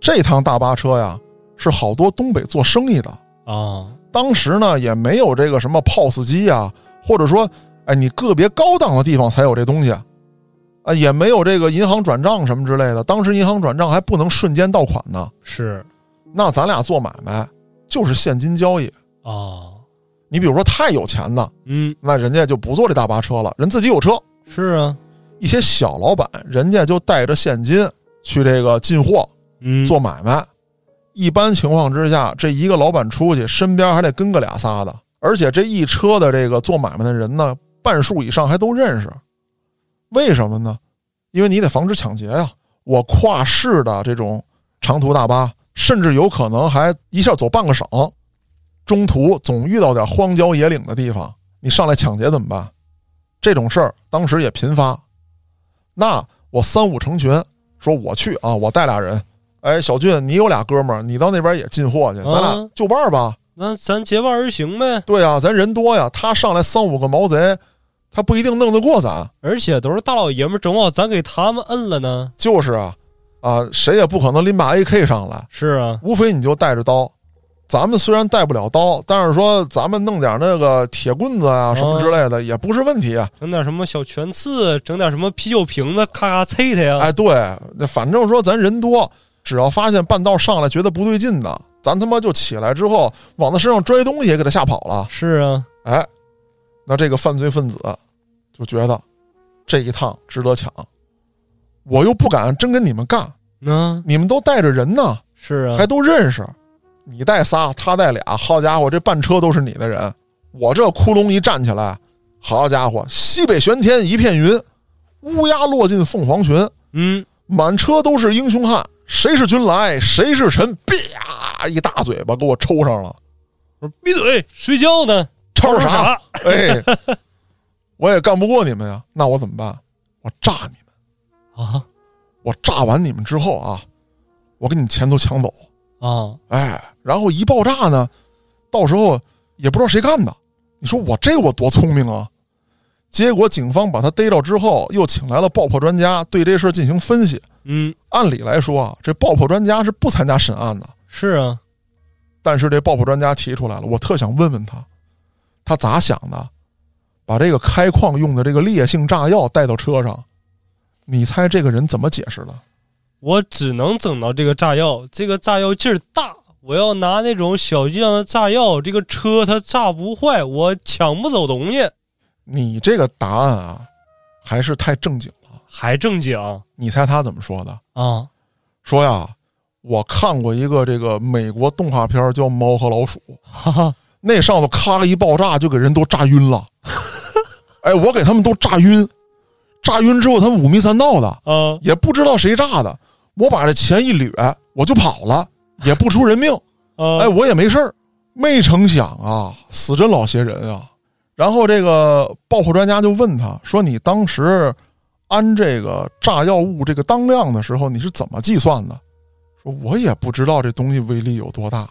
Speaker 1: 这趟大巴车呀，是好多东北做生意的。
Speaker 2: 啊，
Speaker 1: 当时呢也没有这个什么 POS 机啊，或者说，哎，你个别高档的地方才有这东西，啊，也没有这个银行转账什么之类的。当时银行转账还不能瞬间到款呢。
Speaker 2: 是
Speaker 1: 那咱俩做买卖就是现金交易。
Speaker 2: 啊，
Speaker 1: 你比如说太有钱的，
Speaker 2: 嗯，
Speaker 1: 那人家就不坐这大巴车了，人自己有车。
Speaker 2: 是啊，
Speaker 1: 一些小老板，人家就带着现金去这个进货
Speaker 2: 嗯，
Speaker 1: 做买卖。一般情况之下，这一个老板出去，身边还得跟个俩仨的，而且这一车的这个做买卖的人呢，半数以上还都认识。为什么呢？因为你得防止抢劫呀、我跨市的这种长途大巴，甚至有可能还一下走半个省，中途总遇到点荒郊野岭的地方，你上来抢劫怎么办？这种事儿当时也频发。那我三五成群，说我去啊，我带俩人。哎，小俊，你有俩哥们儿，你到那边也进货去，咱俩
Speaker 2: 嗯
Speaker 1: 就伴儿吧。
Speaker 2: 那咱结伴而行呗。
Speaker 1: 对呀，咱人多呀，他上来三五个毛贼，他不一定弄得过咱。
Speaker 2: 而且都是大老爷们儿，整不好咱给他们摁了呢。
Speaker 1: 就是啊，啊，谁也不可能拎把 AK 上来，
Speaker 2: 是啊，
Speaker 1: 无非你就带着刀。咱们虽然带不了刀，但是说咱们弄点那个铁棍子啊什么之类的、也不是问题啊。
Speaker 2: 整点什么小拳刺，整点什么啤酒瓶子，咔咔啐他呀。
Speaker 1: 哎，对，那反正说咱人多，只要发现半道上来觉得不对劲的，咱他妈就起来之后往他身上拽东西，也给他吓跑了。
Speaker 2: 是啊，
Speaker 1: 哎，那这个犯罪分子就觉得这一趟值得抢，我又不敢真跟你们干，
Speaker 2: 嗯，
Speaker 1: 你们都带着人呢，
Speaker 2: 是啊
Speaker 1: 还，都认识，你带仨，他带俩，好家伙，这半车都是你的人，我这窟窿一站起来，好家伙，西北玄天一片云，乌鸦落进凤凰群，
Speaker 2: 嗯，
Speaker 1: 满车都是英雄汉，谁是君来谁是臣，啪一大嘴巴给我抽上了，
Speaker 2: 我说闭嘴，睡觉呢，
Speaker 1: 抽
Speaker 2: 吵
Speaker 1: 啥？
Speaker 2: 啥？
Speaker 1: 哎，我也干不过你们呀，那我怎么办？我炸你们！
Speaker 2: 啊
Speaker 1: 我炸完你们之后啊，我给你钱都抢走，
Speaker 2: 啊，
Speaker 1: 哎，然后一爆炸呢，到时候也不知道谁干的。你说我这我多聪明啊！结果警方把他逮着之后，又请来了爆破专家对这事儿进行分析。
Speaker 2: 嗯，
Speaker 1: 按理来说啊，这爆破专家是不参加审案的，
Speaker 2: 是啊，
Speaker 1: 但是这爆破专家提出来了，我特想问问他，他咋想的？把这个开矿用的这个烈性炸药带到车上，你猜这个人怎么解释的？
Speaker 2: 我只能整到这个炸药，这个炸药劲儿大，我要拿那种小剂量的炸药，这个车它炸不坏，我抢不走东西，
Speaker 1: 你这个答案啊，还是太正经了。
Speaker 2: 还正经
Speaker 1: 你猜他怎么说的？
Speaker 2: 啊？
Speaker 1: 说呀，我看过一个这个美国动画片儿叫《猫和老鼠》，
Speaker 2: 哈哈，
Speaker 1: 那上头咔一爆炸就给人都炸晕了。哎，我给他们都炸晕，炸晕之后他们五迷三道的，
Speaker 2: 啊，
Speaker 1: 也不知道谁炸的，我把这钱一掠，我就跑了，也不出人命，
Speaker 2: 啊
Speaker 1: 哎，我也没事儿。没成想啊，死真老些人啊！然后这个爆破专家就问他说：“你当时按这个炸药物这个当量的时候，你是怎么计算的？”说：“我也不知道这东西威力有多大，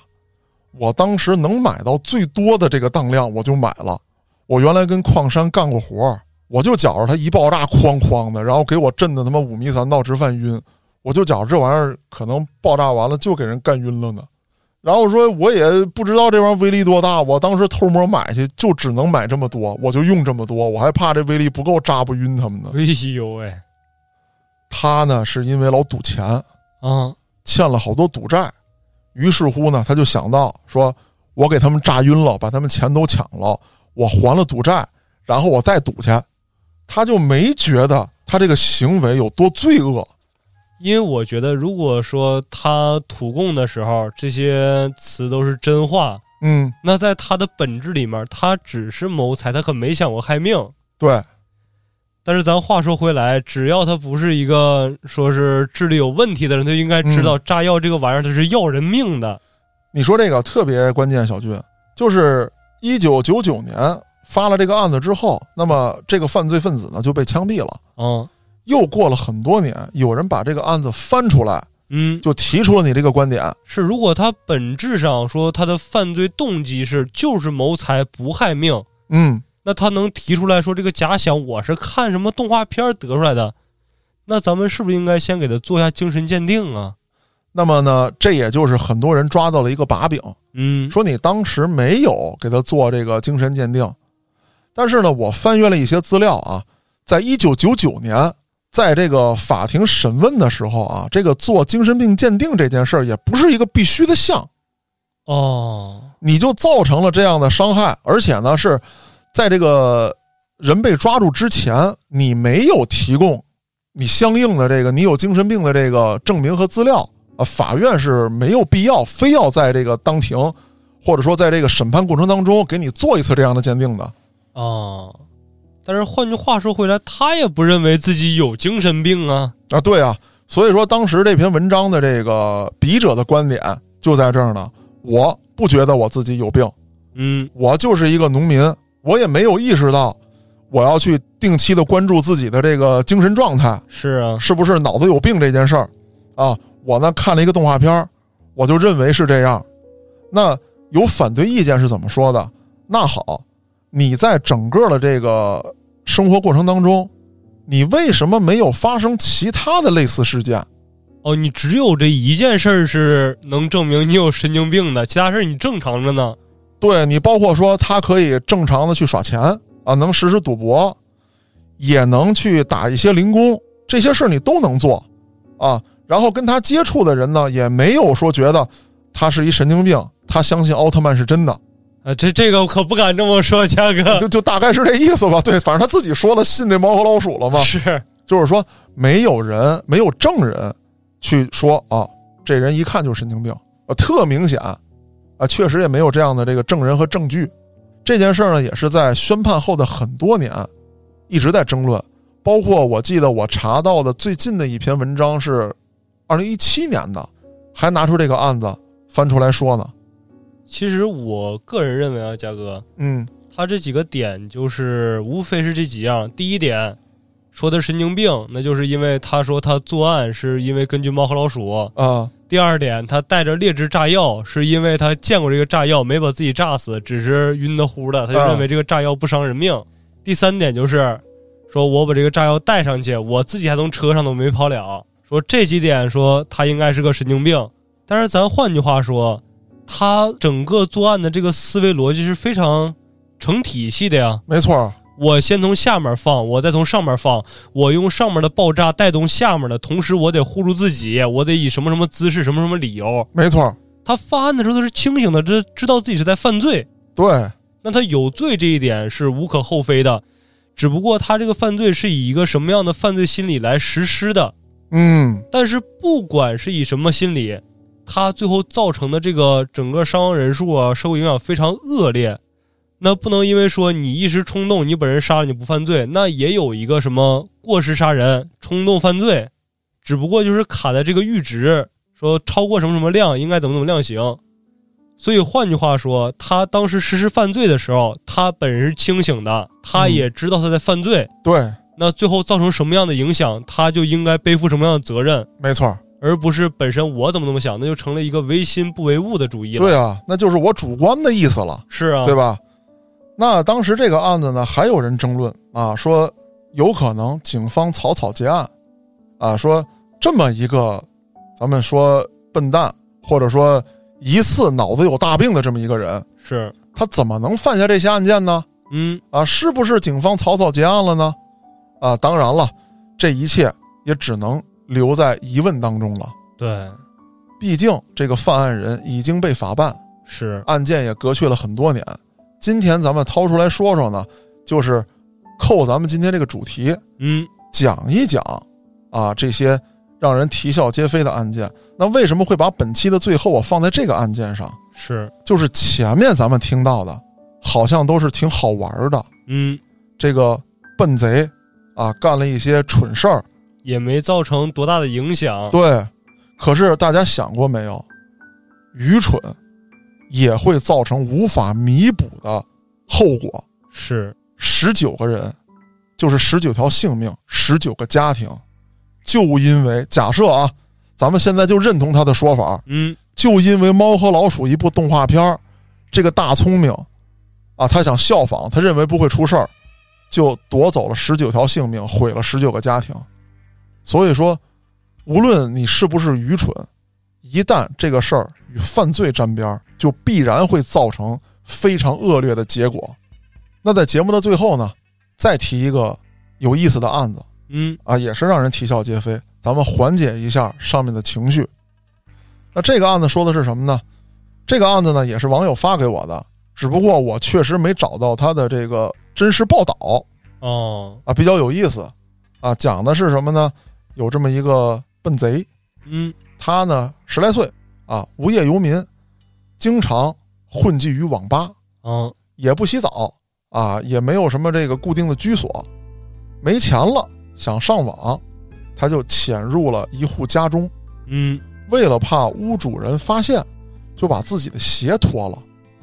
Speaker 1: 我当时能买到最多的这个当量我就买了。我原来跟矿山干过活儿，我就觉着它一爆炸哐哐的，然后给我震的他妈五迷三道直犯晕，我就觉着这玩意儿可能爆炸完了就给人干晕了呢。”然后说我也不知道这玩意儿威力多大，我当时偷摸买去，就只能买这么多，我就用这么多，我还怕这威力不够扎不晕他们呢。
Speaker 2: 哎呦喂，
Speaker 1: 他呢是因为老赌钱，
Speaker 2: 啊，
Speaker 1: 欠了好多赌债，于是乎呢他就想到说，我给他们炸晕了，把他们钱都抢了，我还了赌债，然后我再赌去，他就没觉得他这个行为有多罪恶。
Speaker 2: 因为我觉得，如果说他土供的时候这些词都是真话，
Speaker 1: 嗯，
Speaker 2: 那在他的本质里面，他只是谋财，他可没想过害命。
Speaker 1: 对，
Speaker 2: 但是咱话说回来，只要他不是一个说是智力有问题的人，他就应该知道炸药这个玩意儿它是要人命的。
Speaker 1: 你说这个特别关键，小俊，就是一九九九年发了这个案子之后，那么这个犯罪分子呢就被枪毙了。
Speaker 2: 嗯
Speaker 1: 又过了很多年，有人把这个案子翻出来，
Speaker 2: 嗯，
Speaker 1: 就提出了你这个观点。
Speaker 2: 是如果他本质上说他的犯罪动机是就是谋财不害命，
Speaker 1: 嗯，
Speaker 2: 那他能提出来说这个假想我是看什么动画片儿得出来的，那咱们是不是应该先给他做下精神鉴定啊？
Speaker 1: 那么呢，这也就是很多人抓到了一个把柄，
Speaker 2: 嗯，
Speaker 1: 说你当时没有给他做这个精神鉴定。但是呢，我翻阅了一些资料啊，在一九九九年，在这个法庭审问的时候啊，这个做精神病鉴定这件事儿也不是一个必须的项。
Speaker 2: 哦，
Speaker 1: 你就造成了这样的伤害，而且呢是在这个人被抓住之前，你没有提供你相应的这个你有精神病的这个证明和资料啊，法院是没有必要非要在这个当庭或者说在这个审判过程当中给你做一次这样的鉴定的。
Speaker 2: 哦，但是换句话说回来，他也不认为自己有精神病啊。
Speaker 1: 啊，对啊，所以说当时这篇文章的这个笔者的观点就在这儿呢，我不觉得我自己有病，
Speaker 2: 嗯
Speaker 1: 我就是一个农民，我也没有意识到我要去定期的关注自己的这个精神状态，
Speaker 2: 是啊，
Speaker 1: 是不是脑子有病这件事儿啊。我呢看了一个动画片儿，我就认为是这样。那有反对意见是怎么说的？那好，你在整个的这个生活过程当中，你为什么没有发生其他的类似事件？
Speaker 2: 哦，你只有这一件事儿是能证明你有神经病的，其他事儿你正常着呢。
Speaker 1: 对你，包括说他可以正常的去耍钱啊，能实施赌博，也能去打一些零工，这些事儿你都能做啊。然后跟他接触的人呢，也没有说觉得他是一神经病，他相信奥特曼是真的，
Speaker 2: 啊，这这个我可不敢这么说，嘉哥。
Speaker 1: 就就大概是这意思吧。对，反正他自己说了，信这猫和老鼠了嘛，
Speaker 2: 是，
Speaker 1: 就是说没有人，没有证人去说啊，这人一看就是神经病，啊，特明显，啊，确实也没有这样的这个证人和证据。这件事儿呢，也是在宣判后的很多年一直在争论，包括我记得我查到的最近的一篇文章是二零一七年的，还拿出这个案子翻出来说呢。
Speaker 2: 其实我个人认为啊，嘉哥，
Speaker 1: 嗯
Speaker 2: 他这几个点就是无非是这几样。第一点，说的神经病，那就是因为他说他作案是因为根据猫和老鼠。
Speaker 1: 啊
Speaker 2: 第二点，他带着劣质炸药，是因为他见过这个炸药，没把自己炸死，只是晕得乎的，他就
Speaker 1: 啊
Speaker 2: 认为这个炸药不伤人命。第三点就是，说我把这个炸药带上去，我自己还从车上都没跑了。说这几点，说他应该是个神经病。但是咱换句话说，他整个作案的这个思维逻辑是非常成体系的呀。
Speaker 1: 没错儿，
Speaker 2: 我先从下面放，我再从上面放，我用上面的爆炸带动下面的，同时我得护住自己，我得以什么什么姿势、什么什么理由。
Speaker 1: 没错儿，
Speaker 2: 他发案的时候他是清醒的，知知道自己是在犯罪，
Speaker 1: 对，
Speaker 2: 那他有罪这一点是无可厚非的，只不过他这个犯罪是以一个什么样的犯罪心理来实施的。
Speaker 1: 嗯，
Speaker 2: 但是不管是以什么心理，他最后造成的这个整个伤亡人数啊，社会影响非常恶劣。那不能因为说你一时冲动，你把人杀了，你不犯罪，那也有一个什么过失杀人、冲动犯罪，只不过就是卡在这个阈值，说超过什么什么量应该怎么怎么量刑。所以换句话说，他当时实施犯罪的时候，他本人是清醒的，他也知道他在犯罪，
Speaker 1: 对，
Speaker 2: 那最后造成什么样的影响，他就应该背负什么样的责任。
Speaker 1: 没错儿，
Speaker 2: 而不是本身我怎么怎么想，那就成了一个唯心不唯物的主义了。
Speaker 1: 对啊，那就是我主观的意思了。
Speaker 2: 是啊，
Speaker 1: 对吧？那当时这个案子呢，还有人争论啊，说有可能警方草草结案，啊，说这么一个咱们说笨蛋，或者说疑似脑子有大病的这么一个人，
Speaker 2: 是，
Speaker 1: 他怎么能犯下这些案件呢？
Speaker 2: 嗯，
Speaker 1: 啊，是不是警方草草结案了呢？啊，当然了，这一切也只能留在疑问当中了。
Speaker 2: 对，
Speaker 1: 毕竟这个犯案人已经被法办，
Speaker 2: 是，
Speaker 1: 案件也隔去了很多年。今天咱们掏出来说说呢，就是扣咱们今天这个主题，
Speaker 2: 嗯，
Speaker 1: 讲一讲啊这些让人啼笑皆非的案件。那为什么会把本期的最后啊放在这个案件上？
Speaker 2: 是，
Speaker 1: 就是前面咱们听到的，好像都是挺好玩儿的。
Speaker 2: 嗯，
Speaker 1: 这个笨贼啊，干了一些蠢事儿，
Speaker 2: 也没造成多大的影响。
Speaker 1: 对。可是大家想过没有，愚蠢也会造成无法弥补的后果。
Speaker 2: 是，
Speaker 1: 十九个人，就是十九条性命，十九个家庭，就因为假设啊，咱们现在就认同他的说法，
Speaker 2: 嗯，
Speaker 1: 就因为《猫和老鼠》一部动画片儿，这个大聪明啊，他想效仿，他认为不会出事儿，就夺走了十九条性命，毁了十九个家庭。所以说，无论你是不是愚蠢，一旦这个事儿与犯罪沾边儿，就必然会造成非常恶劣的结果。那在节目的最后呢，再提一个有意思的案子。
Speaker 2: 嗯，
Speaker 1: 啊，也是让人啼笑皆非。咱们缓解一下上面的情绪。那这个案子说的是什么呢？这个案子呢也是网友发给我的，只不过我确实没找到他的这个真实报道
Speaker 2: 哦，
Speaker 1: 啊，比较有意思啊。讲的是什么呢？有这么一个笨贼，
Speaker 2: 嗯，
Speaker 1: 他呢十来岁啊，无业游民，经常混迹于网吧，
Speaker 2: 哦，
Speaker 1: 也不洗澡啊，也没有什么这个固定的居所，没钱了想上网，他就潜入了一户家中，
Speaker 2: 嗯，
Speaker 1: 为了怕屋主人发现，就把自己的鞋脱了，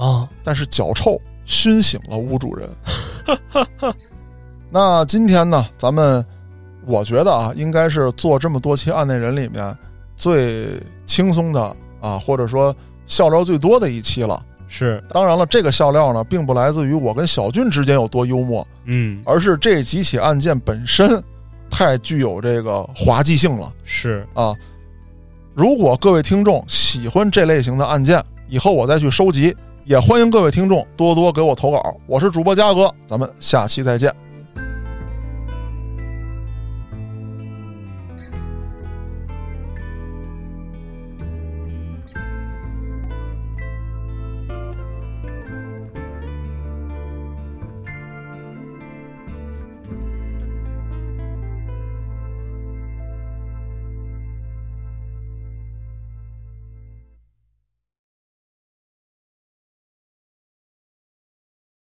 Speaker 2: 啊，
Speaker 1: 但是脚臭熏醒了屋主人。 那今天呢，咱们我觉得啊，应该是做这么多期案内人里面最轻松的啊，或者说笑料最多的一期了。
Speaker 2: 是，
Speaker 1: 当然了，这个笑料呢，并不来自于我跟小俊之间有多幽默，
Speaker 2: 嗯，
Speaker 1: 而是这几起案件本身太具有这个滑稽性了
Speaker 2: 是，
Speaker 1: 啊！如果各位听众喜欢这类型的案件，以后我再去收集，也欢迎各位听众多多给我投稿。我是主播嘉哥，咱们下期再见，